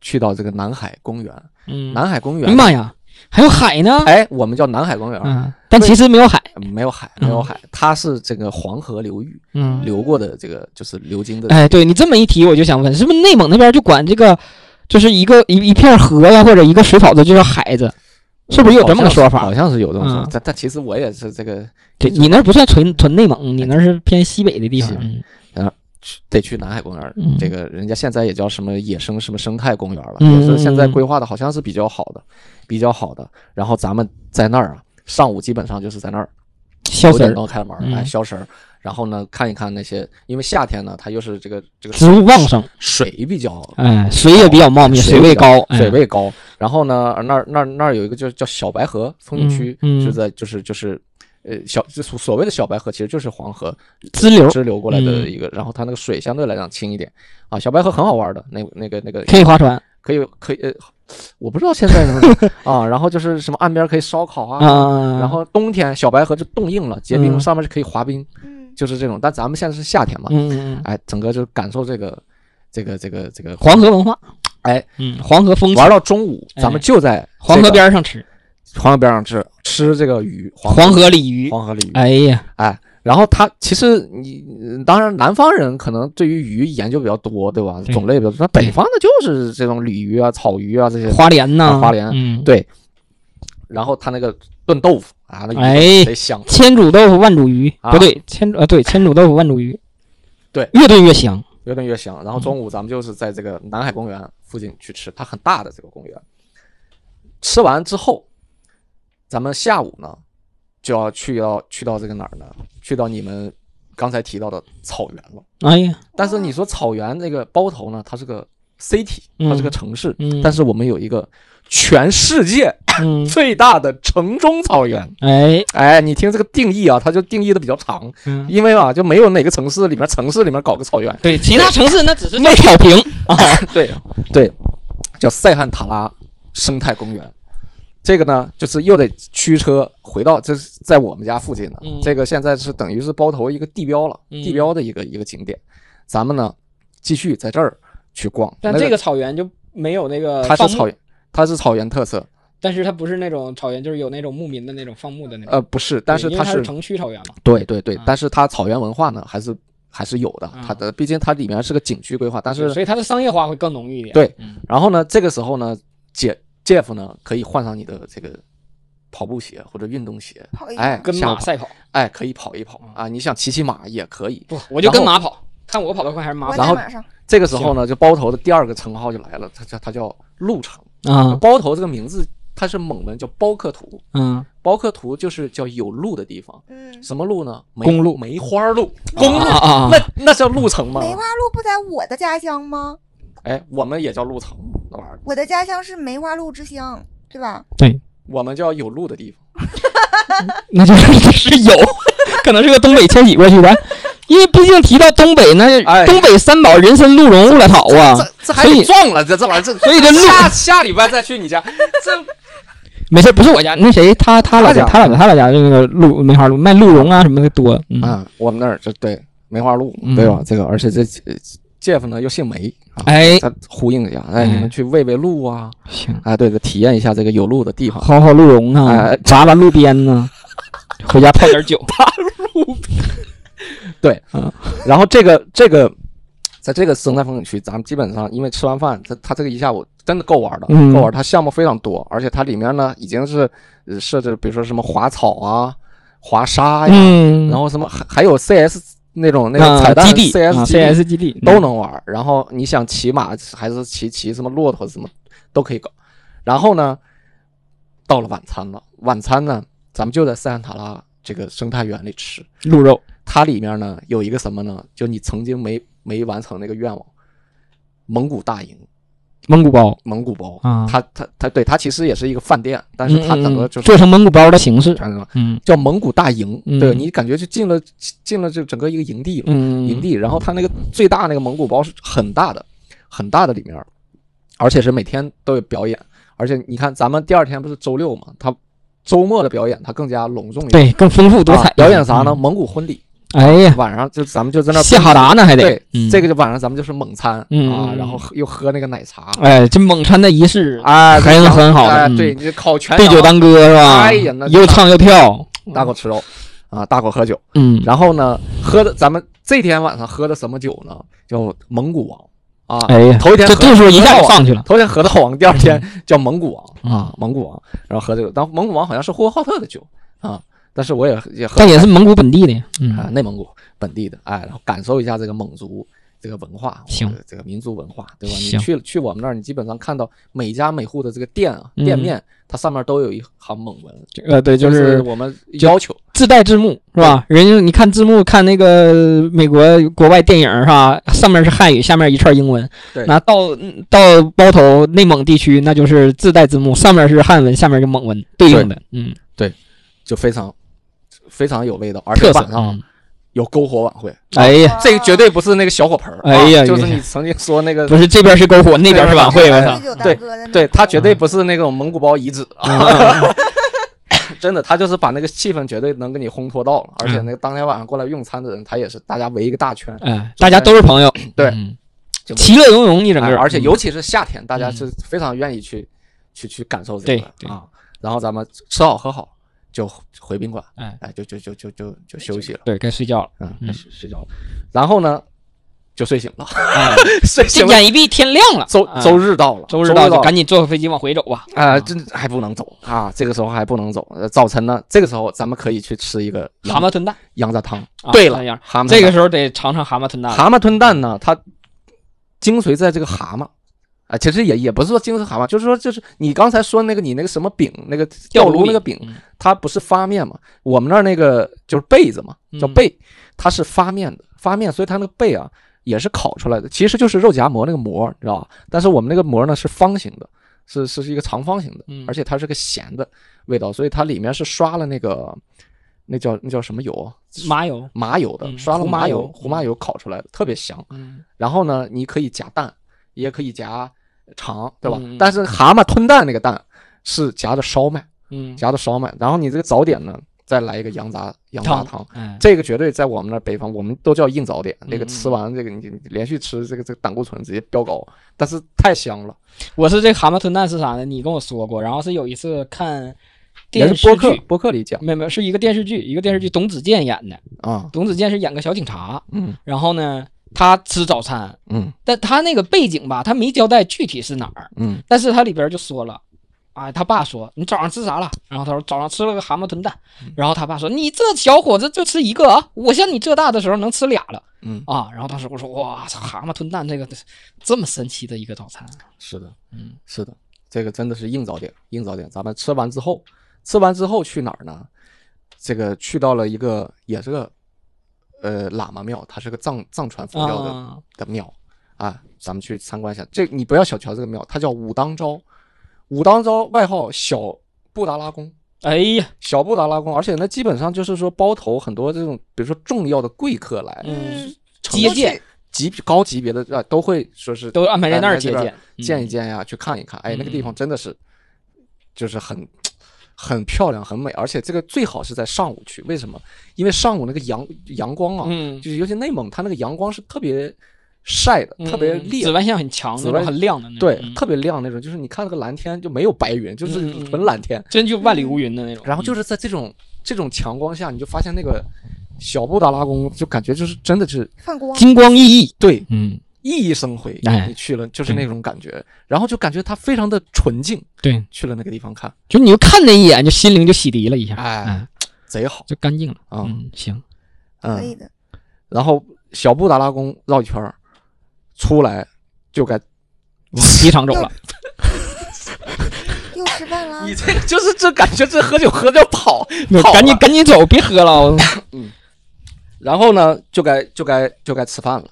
C: 去到这个南海公园。
B: 嗯
C: 南海公
B: 哎呀
C: 园，
B: 妈呀，还有海呢，
C: 哎，啊我们叫南海公园，
B: 嗯，但其实没有海，
C: 没有海，没有海，它是这个黄河流域
B: 嗯，
C: 流过的这个就是流经的。
B: 哎，对你这么一提，我就想问，是不是内蒙那边就管这个，就是一个一一片河呀，或者一个水草子就叫海子，是不是有这么个说法
C: 好？像是有这种说法
B: 嗯，
C: 但但其实我也是这个
B: 对，你那不算纯纯内蒙，你那是偏西北的地方
C: 是。
B: 嗯
C: 去得去南海公园儿
B: 嗯，
C: 这个人家现在也叫什么野生什么生态公园了，
B: 嗯
C: 也是现在规划的好像是比较好的，比较好的。然后咱们在那儿啊，上午基本上就是在那儿
B: 消食
C: 九点
B: 儿
C: 钟开门
B: 嗯
C: 儿，哎，消食儿，然后呢看一看那些，因为夏天呢，它又是这个这个
B: 植物旺盛，
C: 水比较
B: 哎，水也比较茂密，
C: 水
B: 水位
C: 比较
B: 高，哎
C: 水位高。然后呢，那儿那儿那儿有一个就是叫小白河风景区，
B: 嗯嗯
C: 就在就是就是。呃，小就所所谓的小白河其实就是黄河
B: 支流
C: 支流过来的
B: 嗯
C: 一个，然后它那个水相对来讲清一点啊。小白河很好玩的，那那个那个
B: 可以划船
C: 可以可以呃，我不知道现在能 不能啊。然后就是什么岸边可以烧烤
B: 啊。
C: 啊，
B: 嗯
C: 然后冬天小白河就冻硬了，结
B: 嗯
C: 冰上面是可以滑冰，
D: 嗯，
C: 就是这种。但咱们现在是夏天嘛，
B: 嗯嗯，嗯
C: 哎，整个就感受这个这个这个这个
B: 黄河文化，
C: 哎，
B: 嗯，黄河风情，
C: 玩到中午，
B: 哎
C: 咱们就在
B: 黄
C: 这
B: 河
C: 个
B: 边儿上吃
C: 黄河边上吃吃这个鱼，
B: 黄河鲤鱼，
C: 黄河鲤鱼，
B: 哎呀，
C: 哎，然后它其实你嗯当然南方人可能对于鱼研究比较多，对吧？
B: 对
C: 种类比较多，那北方的就是这种鲤鱼啊、草鱼啊这些。
B: 花莲呐，
C: 啊花莲
B: 嗯，
C: 对，然后它那个炖豆腐啊，那
B: 哎
C: 鱼贼香。
B: 千煮豆腐万煮鱼，
C: 啊
B: 不对，千呃对，千煮豆腐万煮鱼，
C: 对，
B: 越炖越香。
C: 越炖越香。然后中午咱们就是在这个南海公园附近去吃，它很大的这个公园。吃完之后，咱们下午呢就要去到去到这个哪儿呢？去到你们刚才提到的草原了。
B: 哎呀，
C: 但是你说草原那个包头呢，它是个 city，
B: 嗯
C: 它是个城市，
B: 嗯
C: 但是我们有一个全世界
B: 嗯，
C: 最大的城中草原。
B: 哎，
C: 哎，你听这个定义啊，它就定义的比较长，
B: 嗯，
C: 因为啊，就没有哪个城市里面城市里面搞 个草原。
B: 对，其他城市那只是叫挑平啊，
C: 对对，叫塞罕塔拉生态公园。这个呢，就是又得驱车回到，这是在我们家附近的。
B: 嗯
C: 这个现在是等于是包头一个地标了，
B: 嗯
C: 地标的一个一个景点。咱们呢，继续在这儿去逛。
B: 但
C: 那
B: 这个草原就没有那个
C: 它
B: 呃放
C: 是
B: 牧
C: 草原，它是草原特色，
B: 但是它不是那种草原，就是有那种牧民的那种放牧的那种。
C: 呃，不是，
B: 嗯
C: 但
B: 对
C: 是
B: 因为
C: 它
B: 它
C: 是
B: 城区草原嘛。
C: 对对对
B: 啊，
C: 但是它草原文化呢，还是还是有的
B: 啊。
C: 它的毕竟它里面是个景区规划，但
B: 对
C: 是
B: 所以它的商业化会更浓郁一点。
C: 对
B: 嗯，
C: 然后呢，这个时候呢，杰 Jeff 呢可以换上你的这个跑步鞋或者运动鞋，
D: 跑一
C: 哎，
B: 跟
C: 下
B: 马
C: 跑，
B: 赛跑，
C: 哎，可以跑一跑
B: 嗯
C: 啊，你想骑骑马也可以。
B: 不，我就跟
C: 然后
B: 马跑，看我跑得快还是马
D: 我
B: 跑
C: 然
D: 在
C: 后
D: 马上，
C: 这个时候呢，就包头的第二个称号就来了，它叫它叫鹿城。
B: 啊？
C: 包头这个名字它是蒙文，叫包克图。
B: 嗯，
C: 包克图就是叫有路的地方，
D: 嗯，
C: 什么路呢？梅
B: 公路
C: 梅花路，公路。
B: 啊啊啊！
C: 那那叫鹿城吗？
D: 梅花鹿不在我的家乡吗？
C: 哎，我们也叫鹿城那玩意儿，
D: 我的家乡是梅花鹿之乡，对吧？
C: 我们叫有路的地方。
B: 那就是 是有，可能是个东北迁徙过去的，因为毕竟提到东北，那
C: 哎
B: 东北三宝人参、鹿茸、雾来草啊，
C: 这这还
B: 所
C: 得
B: 以
C: 撞了，这这玩意儿，这
B: 所以这鹿
C: 下下礼拜再去你家，这
B: 没事，不是我家，那谁他他老家他
C: 他
B: 老家他老家那个鹿梅花鹿卖鹿茸啊什么的多，嗯，
C: 啊，我们那儿这对梅花鹿
B: 嗯，
C: 对吧？这个，而且这呃 Jeff 呢又姓梅啊，
B: 哎，
C: 他呼应一下，哎，
B: 嗯
C: 你们去喂喂鹿啊，
B: 行，
C: 哎，对对，体验一下这个有鹿的地方。
B: 薅薅鹿茸啊
C: 哎，
B: 砸砸路边呢， 回家泡点酒，
C: 然后这个这个，在这个生态风景区，咱们基本上因为吃完饭，它它这个一下午真的够玩的，
B: 嗯
C: 够玩。它项目非常多，而且它里面呢已经是呃设置，比如说什么滑草啊、滑沙呀，
B: 嗯，
C: 然后什么还还有 CS 那种那个
B: 啊
C: 彩蛋
B: 基地
C: CS
B: 啊
C: 基地
B: CS 基地
C: 都能玩儿。然后你想骑马还是骑骑什么骆驼什么都可以搞。然后呢，到了晚餐了，晚餐呢，咱们就在塞罕塔拉这个生态园里吃。
B: 嗯鹿肉，
C: 它里面呢有一个什么呢？就你曾经没没完成那个愿望，蒙古大营。
B: 蒙古包，
C: 蒙古包，
B: 啊
C: 它它它对它其实也是一个饭店，但是它
B: 嗯嗯
C: 整个
B: 嗯
C: 就是
B: 做成蒙古包的形式，嗯
C: 叫蒙古大营，
B: 嗯
C: 对你感觉就进了进了这整个一个营地了，
B: 嗯，
C: 营地，然后它那个最大那个蒙古包是很大的，很大的里面，而且是每天都有表演，而且你看咱们第二天不是周六嘛，它周末的表演它更加隆重一点，
B: 对更丰富多彩嗯
C: 啊，表演啥呢？？蒙古婚礼，
B: 哎呀，
C: 晚上就咱们就在那
B: 谢哈达呢还得
C: 对，
B: 嗯
C: 这个就晚上咱们就是猛餐
B: 嗯
C: 啊
B: 嗯，
C: 然后喝又喝那个奶茶，
B: 哎，这猛餐的仪式
C: 啊，
B: 还是很好的
C: 哎，
B: 嗯
C: 对，你就烤全
B: 对酒
C: 羊
B: 当歌是吧？
C: 哎呀那
B: 又唱又跳，
C: 大口吃肉啊，大口喝酒，
B: 嗯，
C: 然后呢，喝的咱们这天晚上喝的什么酒呢？叫蒙古王啊，
B: 哎呀，
C: 头一天
B: 这
C: 喝
B: 度数一下就上去了
C: 头天河道王，第二天叫蒙古王
B: 啊，
C: 蒙古王，然后喝这个，当蒙古王好像是呼和浩特的酒啊，但是我也也喝
B: 但也是蒙古本地的呀，
C: 啊、
B: 嗯，
C: 内蒙古本地的，哎，然后感受一下这个蒙族这个文化，
B: 行
C: 或者这个民族文化，对吧？你
B: 行
C: 去去我们那儿，你基本上看到每家每户的这个店啊、店
B: 嗯
C: 面，它上面都有一行蒙文，
B: 呃，对，就
C: 这
B: 是
C: 是我们要求。
B: 自带字幕是吧？人家你看字幕，看那个美国国外电影是吧？上面是汉语，下面一串英文。
C: 对
B: 那到到包头内蒙地区，那就是自带字幕，上面是汉文，下面就蒙文对应的，嗯，
C: 就非常非常有味道，而且
B: 特色
C: 晚上啊
B: 嗯
C: 有篝火晚会，
B: 哎呀，
D: 哦
C: 这个绝对不是那个小火盆儿，
B: 哎呀
C: 啊就是
B: 哎呀
C: 你曾经说那个
B: 不，是这边是篝火，那边是晚会，我操！
D: 对
C: 对对他绝
B: 嗯
C: 对不是那种蒙古包遗址啊。 真的，他就是把那个气氛绝对能给你烘托到了，而且
B: 嗯
C: 那个当天晚上过来用餐的人，他也是大家围一个大圈，
B: 哎，大家都是朋友，
C: 对
B: 嗯
C: 就
B: 其乐融融一整
C: 哎
B: 个，
C: 而且尤其是夏天，大家
B: 嗯
C: 是非常愿意去去去感受这个
B: 对对
C: 啊。然后咱们吃好喝好就回宾馆，
B: 哎
C: 哎，就就就就就就休息了，
B: 对该睡觉 了。
C: 嗯，
B: 嗯
C: 开始睡觉了。然后呢，就 睡醒了，
B: 哎，
C: 睡
B: 这
C: 醒 了。
B: 眼一闭，天亮了，
C: 周
B: 哎
C: 周日到了，
B: 周
C: 日
B: 日到就
C: 了
B: 赶紧坐飞机往回走吧。
C: 啊，这还不能走啊，这个时候还不能走。呃早晨呢，这个时候咱们可以去吃一个
B: 蛤
C: 羊
B: 蟆吞蛋，
C: 羊杂汤。
B: 啊
C: 对
B: 那
C: 了
B: 样，
C: 蛤蟆啊
B: 这个
C: 是
B: 时候得尝尝蛤蟆吞蛋了。
C: 蛤蟆吞蛋呢，它精髓在这个蛤蟆。啊，其实也也不是说精髓蛤蟆，就是说，就是你刚才说那个你那个什么饼，那个吊炉那个饼，
B: 嗯
C: 它不是发面嘛？我们那儿那个就是被子嘛，叫
B: 嗯
C: 被，它是发面的，发面，所以它那个被啊也是烤出来的，其实就是肉夹馍那个馍，你知道吧？但是我们那个馍呢是方形的，是是是一个长方形的
B: 嗯，
C: 而且它是个咸的味道，所以它里面是刷了那个那叫那叫什么油啊？
B: 麻油，
C: 麻油的，
B: 嗯
C: 刷了
B: 胡麻
C: 麻油
B: 油，
C: 胡麻油烤出来的，特别香。
B: 嗯，
C: 然后呢，你可以夹蛋，也可以夹肠，对吧？
B: 嗯嗯
C: 但是蛤蟆吞蛋那个蛋是夹的烧麦，
B: 嗯，
C: 夹的烧麦。然后你这个早点呢，再来一个羊杂羊杂汤。
B: 哎，
C: 这个绝对在我们那儿北方，我们都叫硬早点。那个
B: 嗯
C: 吃完这个，你你连续吃这个这个胆固醇直接飙高，但是太香了。
B: 我是这蛤蟆吞蛋是啥呢？你跟我说过，然后是有一次看
C: 也
B: 电
C: 是
B: 视
C: 播客
B: 剧，
C: 播客里讲
B: 没有没有，是一个电视剧，一个电视剧，董子健演的。
C: 啊，
B: 董子健是演个小警察，
C: 嗯
B: 然后呢，他吃早餐，
C: 嗯
B: 但他那个背景吧，他没交代具体是哪儿，
C: 嗯
B: 但是他里边就说了。啊，他爸说你早上吃啥了？然后他说早上吃了个蛤蟆吞蛋。
C: 嗯
B: 然后他爸说你这小伙子就吃一个啊，我像你这大的时候能吃俩了
C: 嗯，
B: 啊。然后当时我说哇，操，蛤蟆吞蛋这个这么神奇的一个早餐，
C: 是的，
B: 嗯，
C: 是的，这个真的是硬早点，硬早点。咱们吃完之后，吃完之后去哪儿呢？这个去到了一个也是个呃喇嘛庙，它是个藏藏传佛教的、
B: 啊
C: 的庙啊，咱们去参观一下。这你不要小瞧这个庙，它叫武当昭，武当昭外号小布达拉宫。
B: 哎呀，
C: 小布达拉宫，而且那基本上就是说包头很多这种，比如说重要的贵客来，
B: 嗯，
C: 承
B: 接
C: 接
B: 见
C: 级高级别的啊都会说是
B: 都安排在那儿接
C: 哎
B: 见
C: 来，这边见一见
B: 嗯
C: 呀，去看一看。哎，那个地方真的是，就是很很漂亮，很美，而且这个最好是在上午去。为什么？因为上午那个阳阳光啊，
B: 嗯，
C: 就是尤其内蒙，它那个阳光是特别晒的，
B: 嗯
C: 特别
B: 嗯
C: 烈
B: 紫。外线很强，
C: 紫
B: 那
C: 外
B: 种很亮的那种，
C: 对，
B: 嗯
C: 特别亮那种，就是你看那个蓝天就没有白云，就是
B: 嗯嗯嗯嗯
C: 纯蓝天。
B: 真就万里无云的那种。
C: 然后就是是在这种这种强光下，你就发现那个小布达拉宫，就感觉就是真的是
D: 泛光，
B: 金光熠熠，
C: 对
B: 嗯，
C: 熠熠生辉。
B: 哎
C: 你去了就是那种感觉，然后就感觉它非常的纯净。
B: 对，
C: 去了那个地方看，
B: 就你就看那一眼，就心灵就洗涤了一下，
C: 哎
B: 哎，
C: 贼好
B: 就干净了。
C: 啊。
B: 嗯，行，
D: 可以
C: 嗯，
D: 的。
C: 然后小布达拉宫绕一圈儿出来就该，
B: 往机场走 了。
D: 又吃饭啦
C: 你，这个就是这感觉，这喝酒喝着跑
B: 那
C: 跑了
B: 赶紧赶紧走，别喝了。
C: 啊然后呢，就该就该就该吃饭了。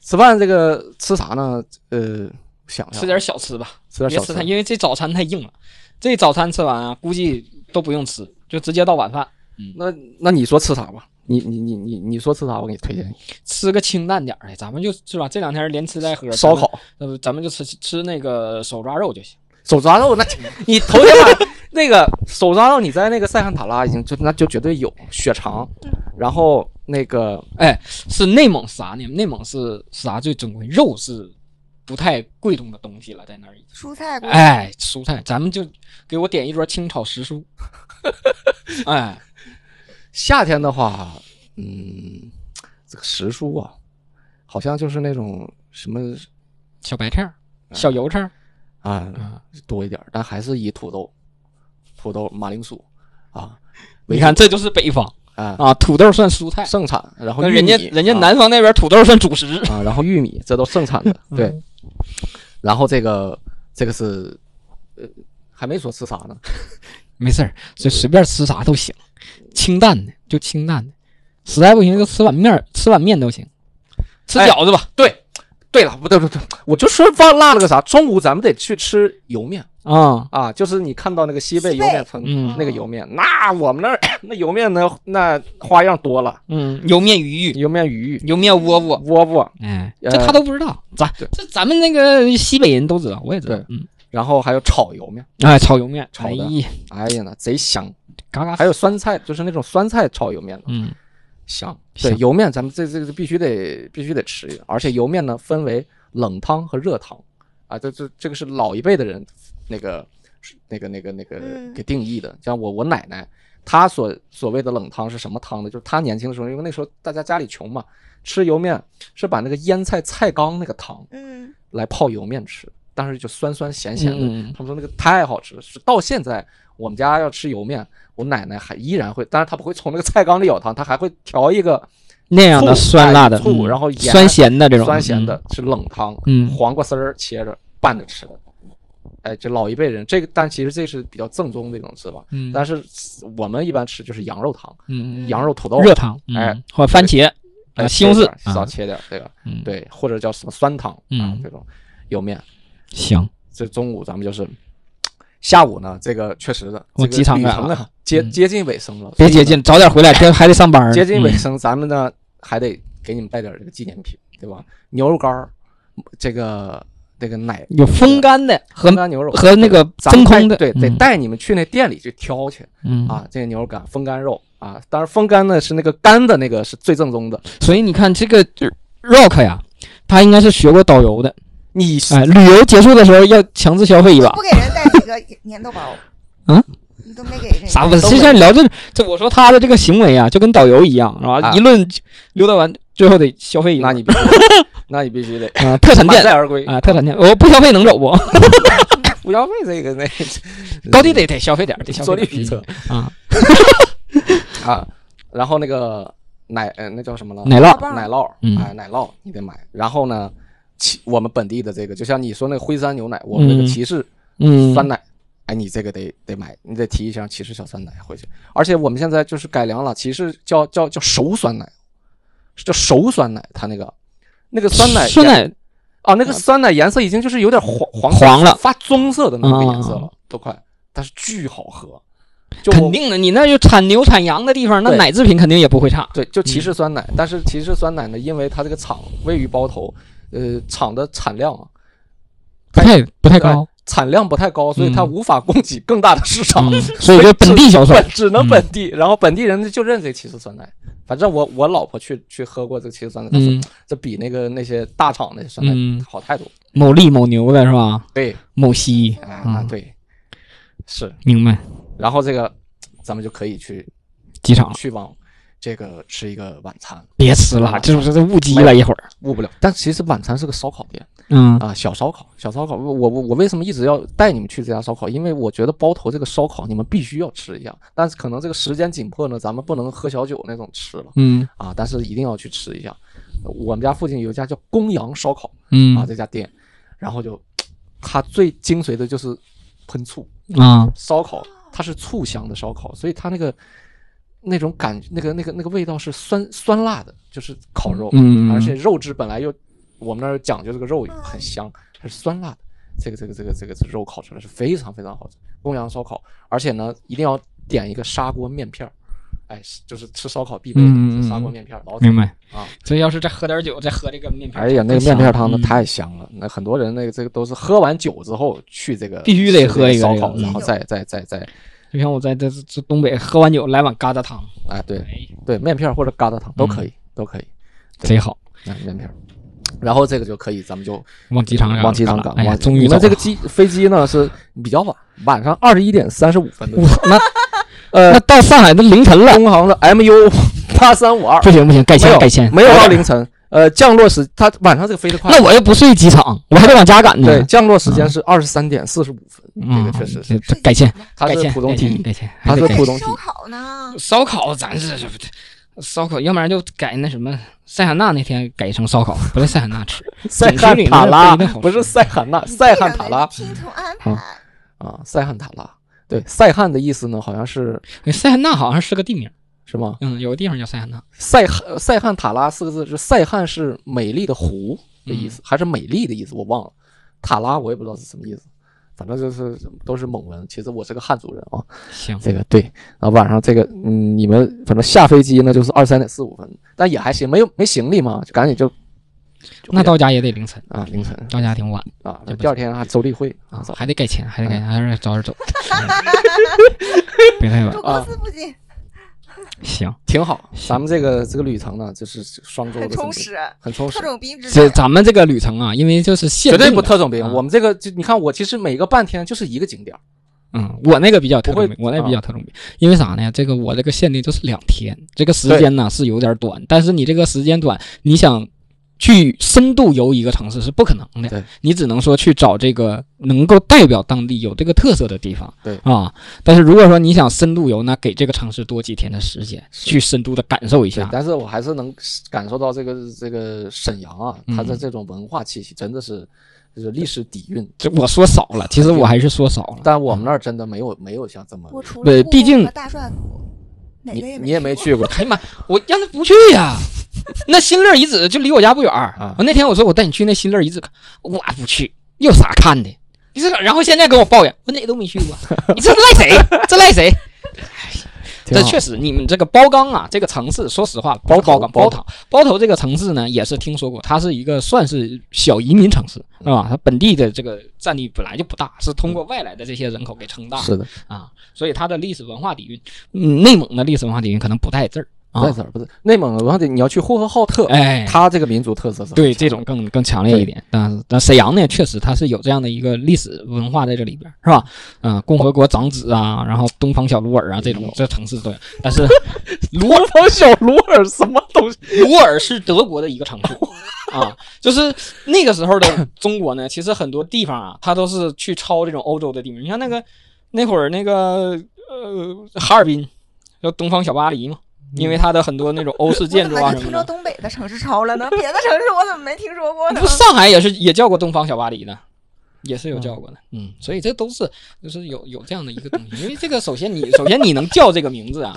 C: 吃饭这个吃啥呢？呃，想想
B: 吃点小吃吧，
C: 吃点
B: 别
C: 小
B: 吃
C: 吃
B: 太，，因为这早餐太硬了。这早餐吃完啊，估计都不用吃，就直接到晚饭，
C: 那那你说吃啥吧？你你你你你说吃啥？我给你推荐一
B: 吃个清淡点儿哎的。咱们就是吧，这两天连吃带喝，
C: 个烧烤、
B: 咱们，呃，咱们就吃吃那个手抓肉就行。
C: 手抓 肉。那你头天晚上那个手抓肉，你在那个塞罕塔拉已经就那就绝对有血肠，然后那个
B: 哎，是内蒙啥呢？内蒙是啥最珍贵？肉是不太贵重的东西了，在那儿已经。
D: 蔬菜锅，
B: 哎，蔬菜，咱们就给我点一桌清炒时蔬。 哎，
C: 夏天的话，嗯，这个时蔬啊，好像就是那种什么
B: 小白菜儿、小油菜儿
C: 啊
B: 啊，
C: 多一点儿，但还是以土豆、土豆、马铃薯啊
B: 你看这就是北方
C: 啊
B: 啊，土豆算蔬菜，
C: 盛产，然后
B: 那
C: 玉
B: 人家
C: 米
B: 人家
C: 啊
B: 南方那边土豆算主食。
C: 啊，然后玉米这都盛产的，对。然后这个这个是呃还没说吃啥呢，
B: 没事儿，就随便吃啥都行，清淡的就清淡的，实在不行就吃碗面儿，吃碗面都行，吃
C: 哎
B: 饺子吧。
C: 对。对了，不对不对，我就说忘落了个啥。中午咱们得去吃油面
B: 啊、
C: 啊，就是你看到那个西北
D: 西
C: 油
D: 北
C: 面村、
B: 嗯
C: 那个油面，那我们那儿那油面呢，那花样多了，
B: 嗯，油面鱼鱼，
C: 油面鱼、
B: 油面窝窝，
C: 窝窝，
B: 哎，
C: 呃
B: 这他都不知道，咱
C: 对
B: 这咱们那个西北人都知道，我也知道
C: 对。
B: 嗯，
C: 然后还有炒油面，
B: 哎，炒油面，
C: 炒
B: 哎
C: 的
B: 呀，
C: 哎呀那贼香。
B: 嘎嘎，
C: 还有酸菜，就是那种酸菜炒油面的，
B: 嗯，
C: 香。对，
B: 香
C: 油面咱们这这这必须得必须得吃一个，而且油面呢分为冷汤和热汤，啊，这这这个是老一辈的人那个那个那个那个
D: 嗯
C: 给定义的。像我我奶奶，她所所谓的冷汤是什么汤呢？就是她年轻的时候，因为那时候大家家里穷嘛，吃油面是把那个腌菜菜缸那个汤
D: 嗯，
C: 来泡油面吃，当时就酸酸咸咸的，
B: 嗯嗯嗯
C: 他们说那个太好吃了，是到现在我们家要吃油面，我奶奶还依然会，当然她不会从那个菜缸里舀汤，她还会调一个
B: 那样的
C: 醋
B: 酸辣的，
C: 哎醋
B: 嗯
C: 然后盐
B: 酸咸的这种，
C: 酸咸的，是冷汤，
B: 嗯
C: 黄瓜丝儿切着拌着吃的。哎，这老一辈人，这个但其实这是比较正宗的一种吃法，
B: 嗯，
C: 但
B: 嗯
C: 是我们一般吃就是羊肉汤、
B: 嗯嗯
C: 羊肉土豆
B: 嗯，，热汤，
C: 哎
B: 嗯，或者番茄，
C: 哎
B: 啊，西红柿
C: 切点少
B: 啊，
C: 切点这个，
B: 嗯，，
C: 对，或者叫什么酸汤啊
B: 嗯
C: 这种油面，
B: 行，
C: 这中午咱们就是，下午呢，这个确实的，
B: 我
C: 这个
B: 饥肠
C: 旅
B: 感
C: 程
B: 了
C: 啊，接
B: 嗯
C: 接近尾声了，
B: 别
C: 所以
B: 接
C: 呢
B: 近，早点回来，这还得上班儿呢。
C: 接近尾
B: 嗯
C: 声，咱们呢还得给你们带点这个纪念品，对吧？牛肉干儿，这个这个奶
B: 有风干的和
C: 风干牛肉
B: 和那个
C: 咱
B: 真
C: 们
B: 空
C: 带
B: 的
C: 对，得
B: 嗯
C: 带你们去那店里去挑去
B: 嗯
C: 啊，这个牛肉干风干肉啊，当然风干呢是那个干的那个是最正宗的，
B: 所以你看这个呃 Rock 呀，他应该是学过导游的。
C: 你
B: 哎，旅游结束的时候要强制消费一把
D: 不。给人带几个粘豆 包，
B: 啊，
D: 你都没给人
B: 啥
D: 家
B: 不是？
C: 东
B: 现
C: 北
B: 在聊这这，我说他的这个行为啊，就跟导游一样，是吧？
C: 啊
B: 一论溜达完，最后得消费一把。
C: 那你必须那你必须 得
B: 啊，特产
C: 满
B: 店
C: 载而归
B: 啊，特产店，我不消费能走不？
C: 不要为这个那
B: 高低得得消费点儿，得消
C: 坐
B: 费
C: 立
B: 点儿。
C: 评测
B: 啊
C: 啊，然后那个奶呃那叫什么了？
B: 奶酪，
C: 奶酪，
B: 嗯
C: 哎，奶酪你得买。然后呢，其我们本地的这个，就像你说那个徽山牛奶，我们这
B: 嗯
C: 个骑士
B: 嗯，
C: 酸奶，哎，你这个得得买，你得提一箱骑士小酸奶回去。而且我们现在就是改良了，骑士叫叫叫熟酸奶，叫熟酸奶，它那个那个酸奶
B: 酸
C: 颜
B: 奶
C: 啊，那个酸奶颜色已经就是有点黄黄
B: 黄了
C: 发棕色的那个颜色
B: 啊
C: 了，都快，但是巨好喝，就我
B: 肯定的，你那就产牛产羊的地方，那
C: 对
B: 奶制品肯定也不会差。
C: 对，就骑士
B: 嗯
C: 酸奶，但是骑士酸奶呢，因为它这个厂位于包头，呃，厂的产量啊，
B: 不太不太高
C: 哎，产量不太高，所以它
B: 嗯
C: 无法供给更大的市场，
B: 嗯， 所以就本地销售。
C: 本只能本地，然后本地人就认这骑士酸奶。反正我我老婆去去喝过这个骑士酸奶，她说
B: 嗯，
C: 这比那个那些大厂那些酸
B: 嗯
C: 奶好太多。
B: 某利某牛的是吧？
C: 对，
B: 某西，
C: 啊
B: 嗯
C: 对，是，
B: 明白，
C: 然后这个咱们就可以去
B: 机场了，
C: 去往这个吃一个晚餐，
B: 别吃了，这这这误机了一会儿。
C: 误不了。但其实晚餐是个烧烤店。
B: 嗯，
C: 啊，小烧烤，小烧烤，我我我为什么一直要带你们去这家烧烤？因为我觉得包头这个烧烤你们必须要吃一下，但是可能这个时间紧迫呢，咱们不能喝小酒那种吃了
B: 嗯
C: 啊，但是一定要去吃一下。我们家附近有一家叫公羊烧烤
B: 嗯
C: 啊，这家店，然后就它最精髓的就是喷醋
B: 啊，
C: 烧烤，它是醋香的烧烤，所以它那个那种感那个那个那个味道是酸酸辣的，就是烤肉，
B: 嗯
C: 而且肉质本来又我们那儿讲究这个肉很香，它是酸辣的。这个这个这个这个这肉烤出来是非常非常好吃，公羊烧烤，而且呢一定要点一个砂锅面片儿，哎，是就是吃烧烤必备的、
B: 嗯嗯嗯
C: 是砂锅面片儿，老
B: 明白
C: 啊。
B: 这要是再喝点酒，再喝这个面片儿，
C: 哎呀，那个面片汤的
B: 嗯
C: 太香了，那很多人那个这个都是喝完酒之后去这个
B: 必须得
C: 吃这
B: 喝一个
C: 烧
B: 这个嗯
C: 烤，然后再再再再
B: 就像我在这这东北喝完酒来碗疙瘩汤，
C: 哎对
B: 哎，嗯
C: 对面片儿或者疙瘩汤都可以，都可以，
B: 贼好，
C: 嗯，面片儿。然后这个就可以，咱们就
B: 往机场赶了
C: 往机场赶。
B: 哎呀，
C: 往
B: 终于
C: 你
B: 走
C: 们
B: 了
C: 这个机飞机呢是比较晚，晚上二十一点三十五分的时候，
B: 那那
C: 呃，
B: 到上海都凌晨了，
C: 东航的 MU 八三五二
B: 不行不行，改
C: 没
B: 签
C: 有
B: 改签，
C: 没有到凌晨，呃，降落时它晚上这个飞得快，
E: 那我又不睡机场，我还得往家赶呢。
C: 对
B: 嗯
C: 降落时间是二十三点四十五分，
E: 嗯，
C: 这个确实是，
E: 这这改签，
C: 它
E: 改
C: 是
E: 签，
C: 浦东
E: 改签
C: 梯，
E: 改签，
C: 它
E: 还
C: 是
E: 得改
C: 浦东梯
D: 烧，烤呢？
B: 烧烤咱是这不这烧烤，要不然就改那什么塞罕纳那天改成烧烤，不在塞罕纳吃。
C: 塞罕塔
B: 景区里那不一
C: 拉
B: 定好吃
C: 不是塞罕纳，塞罕塔拉
D: 听从安排。
C: 啊，塞罕塔拉，对，塞罕的意思呢，好像是
B: 塞罕纳好像是个地名，
C: 是吗？
B: 嗯，有个地方叫塞罕纳。
C: 塞罕塞罕塔拉四个字是塞罕是美丽的湖的意思，还是美丽的意思，我忘了。塔拉我也不知道是什么意思，反正就是都是蒙文。其实我是个汉族人啊，
B: 行，
C: 这个对啊，晚上这个嗯，你们反正下飞机呢就是二三点四五分，但也还行，没有没行李嘛，就赶紧就就
B: 那
C: 回家
B: 到家也得凌晨
C: 啊凌晨
B: 到家挺晚
C: 啊
B: 这，不
C: 第二天还周例会啊，早嗯
B: 还得改签，还得改签，还是早点走，嗯 别太晚
D: 住。公司附近
B: 行，
C: 挺好。咱们这个这个旅程呢，就是双周的
D: 很
C: 这么
D: 充
C: 一个，
D: 实，
C: 很充实
D: 特，种兵之
B: 这
D: 旅。
B: 咱们这个旅程啊，因为就是限
C: 绝对
B: 定
C: 不
B: 的
C: 特种兵。
B: 啊
C: 我们这个就你看，我其实每个半天就是一个景点儿，
B: 嗯，我那个比较特
C: 不会
B: 种兵，我那个比
C: 啊
B: 较特种兵，因为啥呢？这个我这个限定就是两天，这个时间呢是有点短，但是你这个时间短，你想去深度游一个城市是不可能
C: 对
B: 的，你只能说去找这个能够代表当地有这个特色的地方，
C: 对
B: 啊。但是如果说你想深度游，那给这个城市多几天的时间
C: 是
B: 去深度的感受一
C: 对
B: 下，，
C: 但是我还是能感受到这个这个沈阳啊，它的
B: 嗯
C: 这种文化气息真的是就是历史底蕴。
B: 这我说少了，其实我还是说少了，
C: 但我们那儿真的没有没有像这么，
D: 我除
B: 对
D: 了故
B: 毕
D: 宫
B: 竟
D: 和大帅府，哪
C: 你
D: 个也
C: 你也没 去过，
B: 哎呀妈，我让他不去呀。那新乐遗址就离我家不远儿
C: 啊
B: 我那天我说我带你去那新乐遗址看，我不去，有啥看的？你这个，然后现在跟我抱怨，我哪都没去过， 你这赖谁？这赖谁？
C: 挺
B: 这
C: 好
B: 确实，你们这个包钢啊，这个城市，说实话，
C: 包
B: 包
C: 头
B: 钢、
C: 包
B: 包头、包头这个城市呢，也是听说过，它是一个算是小移民城市，是吧？它本地的这个占地本来就不大，是通过外来的这些人口给撑大的
C: 是的，
B: 啊，所以它的历史文化底蕴，嗯，内蒙的历史文化底蕴可能不在这儿啊，
C: 在这儿不是内蒙的话，你要去呼和浩特，
B: 哎，
C: 它这个民族特色是
B: 对这种更更强烈一点。但是但沈阳呢，确实它是有这样的一个历史文化在这里边儿，是吧？嗯、共和国长子啊，然后东方小鲁尔啊，这种这城市都有。但 是鲁尔
C: 方小鲁尔什么东西？
B: 鲁尔是德国的一个城市。啊，就是那个时候 的中国呢，其实很多地方啊，它都是去抄这种欧洲的地名。你像那个那会儿那个呃哈尔滨，叫东方小巴黎嘛，因为它的很多那种欧式建筑
D: 我
B: 啊
D: 怎
B: 什么
D: 么就听
B: 的
D: 着。东北的城市抄 了呢？别的城市我怎么没听说过 呢
B: 不，？上海也是也叫过东方小巴黎的，也是有叫过的。嗯，所以这都是就是有有这样的一个东西，因为这个首先你 首先你能叫这个名字啊，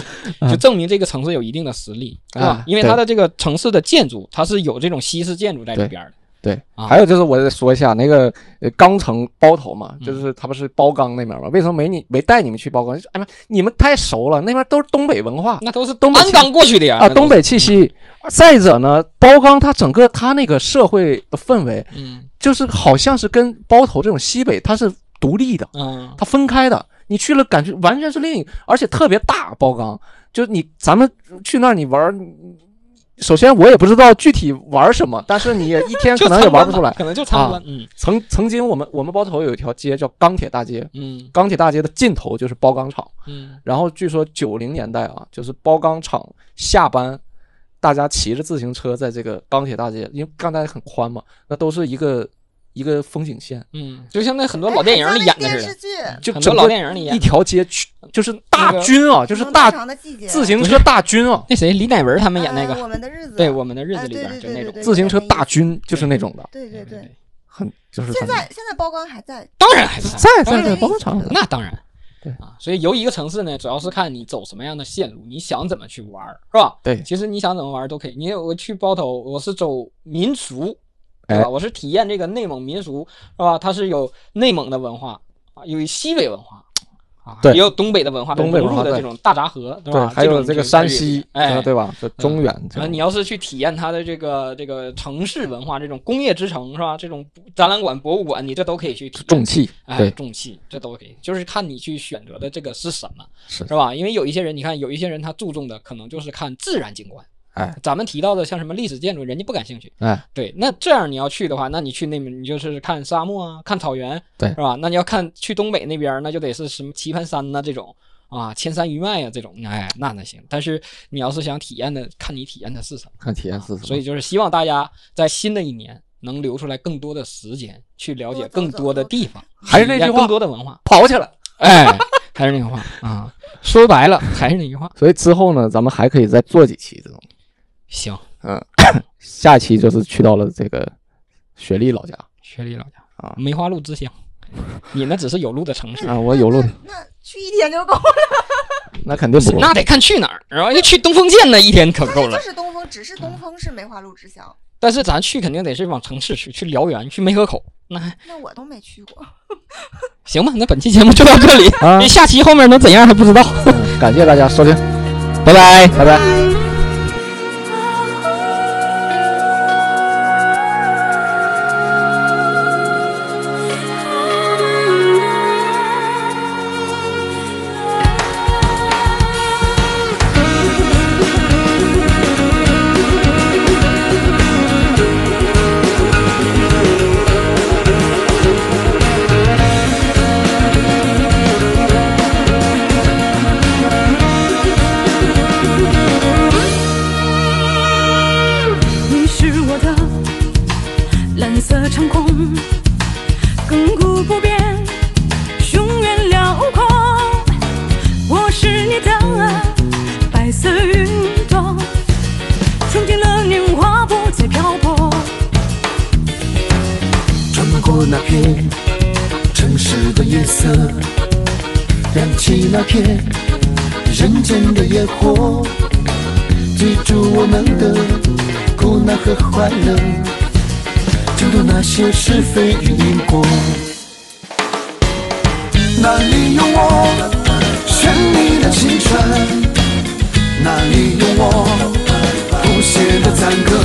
B: 就证明这个城市有一定的实力，对吧
C: 嗯啊？
B: 因为它的这个城市的建筑，它是有这种西式建筑在里边的。
C: 对，
B: 啊
C: 还有就是我再说一下那个呃钢城包头嘛，
B: 嗯
C: 就是他不是包钢那边嘛？为什么没你没带你们去包钢？哎妈，你们太熟了，那边都是东北文化
B: 那都是
C: 东北
B: 安钢过去的呀，
C: 啊，
B: 那都
C: 东
B: 是，
C: 北气息。再者呢，包钢它整个它那个社会的氛围，
B: 嗯
C: 就是好像是跟包头这种西北它是独立的，
B: 嗯，
C: 它分开的。你去了，感觉完全是另一，而且特别大。包钢就是你，咱们去那儿你玩儿，首先我也不知道具体玩儿什么，但是你也一天可能也玩不出来。啊
B: 可 能就参观，嗯
C: 曾曾经我们我们包头有一条街叫钢铁大街，
B: 嗯
C: 钢铁大街的尽头就是包钢厂。
B: 嗯，
C: 然后据说九零年代啊，就是包钢厂下班，大家骑着自行车在这个钢铁大街，因为钢铁大街很宽嘛，那都是一个一个风景线，
B: 嗯，就像那很多老电影里演的
D: 哎电
B: 似
D: 视
B: 的，
D: 剧，
C: 就
B: 很多
C: 整
B: 老
C: 个
B: 电影里
C: 一
B: 演的。嗯
C: 条街去，就是大
B: 那个
C: 军啊，就是
D: 农
C: 大
D: 场的季节，
C: 自行车大军啊，
B: 那谁，李乃文他们演那
D: 呃
B: 个，
D: 我们的日子，
B: 对，我们的日
D: 啊
B: 子里
D: 对
B: 边
D: 对
B: 就那
D: 对
B: 种
D: 对，对
C: 自行车大军就是那种的，
D: 对对对。
C: 很就是
D: 现
C: 反正
D: 在现在包钢还在，
B: 当然还是在。
C: 在
D: 当
C: 在
D: 然
C: 在包钢厂，
B: 那当然，
C: 对
B: 啊，所以游一个城市呢，主要是看你走什么样的线路，你想怎么去玩儿，是吧？
C: 对
B: 其实你想怎么玩儿都可以。你我去包头，我是走民俗，
C: 哎
B: 对吧？我是体验这个内蒙民俗，是吧？它是有内蒙的文化啊，有西北文化。啊，
C: 对
B: 也有东北的文化，
C: 东北文化
B: 融入的这
C: 对
B: 种大闸河，对
C: 对，
B: 吧？
C: 还
B: 这
C: 有
B: 种
C: 这
B: 就
C: 个
B: 是
C: 山
B: 可以
C: 西，呃
B: 哎，
C: 对吧？这中原
B: 然
C: 这
B: 后
C: 种，
B: 你要是去体验它的这个这个城市文化，这种工业之城是吧？这种展览馆、博物馆，你这都可以去体验。
C: 重器，
B: 哎，
C: 对，
B: 重器这都可以，就是看你去选择的这个是什么，
C: 是
B: 是吧？因为有一些人，你看有一些人他注重的可能就是看自然景观，
C: 哎，
B: 咱们提到的像什么历史建筑，人家不感兴趣，
C: 哎，
B: 对，那这样你要去的话，那你去那边你就是看沙漠啊，看草原，
C: 对
B: 是吧？那你要看去东北那边，那就得是什么棋盘山呐、这种。啊，千山一脉啊这种，哎，那那行。但是你要是想体验的，看你体验的是什么。
C: 看体验是什么。
B: 所以就是希望大家在新的一年能留出来更多的时间去了解更多的地方，
C: 还是那句
B: 体
C: 话
B: 验更多的文化。
C: 跑起来。
B: 哎，还是那句话啊，说白了还是那句话。
C: 所以之后呢，咱们还可以再做几期这种。
B: 行，
C: 下一期就是去到了这个雪莉老家
B: 雪里老家
C: 啊
B: 梅花鹿之乡，你那只是有鹿的城市。
C: 啊，我有路，
D: 那去一天就够了，
C: 那肯定不够。
B: 那得看去哪儿，然后就去东风县那一天可够了
D: 就。是东风，只是东风是梅花鹿之乡，
B: 但是咱去肯定得是往城市去，去辽源，去梅河口。那
D: 那我都没去过。
B: 行吧，那本期节目就到这里，
C: 啊
B: 下期后面能怎样还不知道。
C: 感谢大家收听，拜拜，拜拜。
F: 你是我的蓝色长空，亘古不变，永远辽阔。我是你的白色云朵，装进了年华，不再漂泊。
G: 穿过那片城市的夜色，燃起那片人间的野火，记住我们的苦难和快乐，经过那些是非与因果。哪里有我绚丽的青春？哪里有我谱写的赞歌？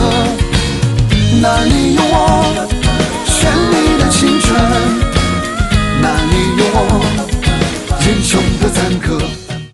G: 哪里有我绚丽的青春？哪里有我英雄的赞歌？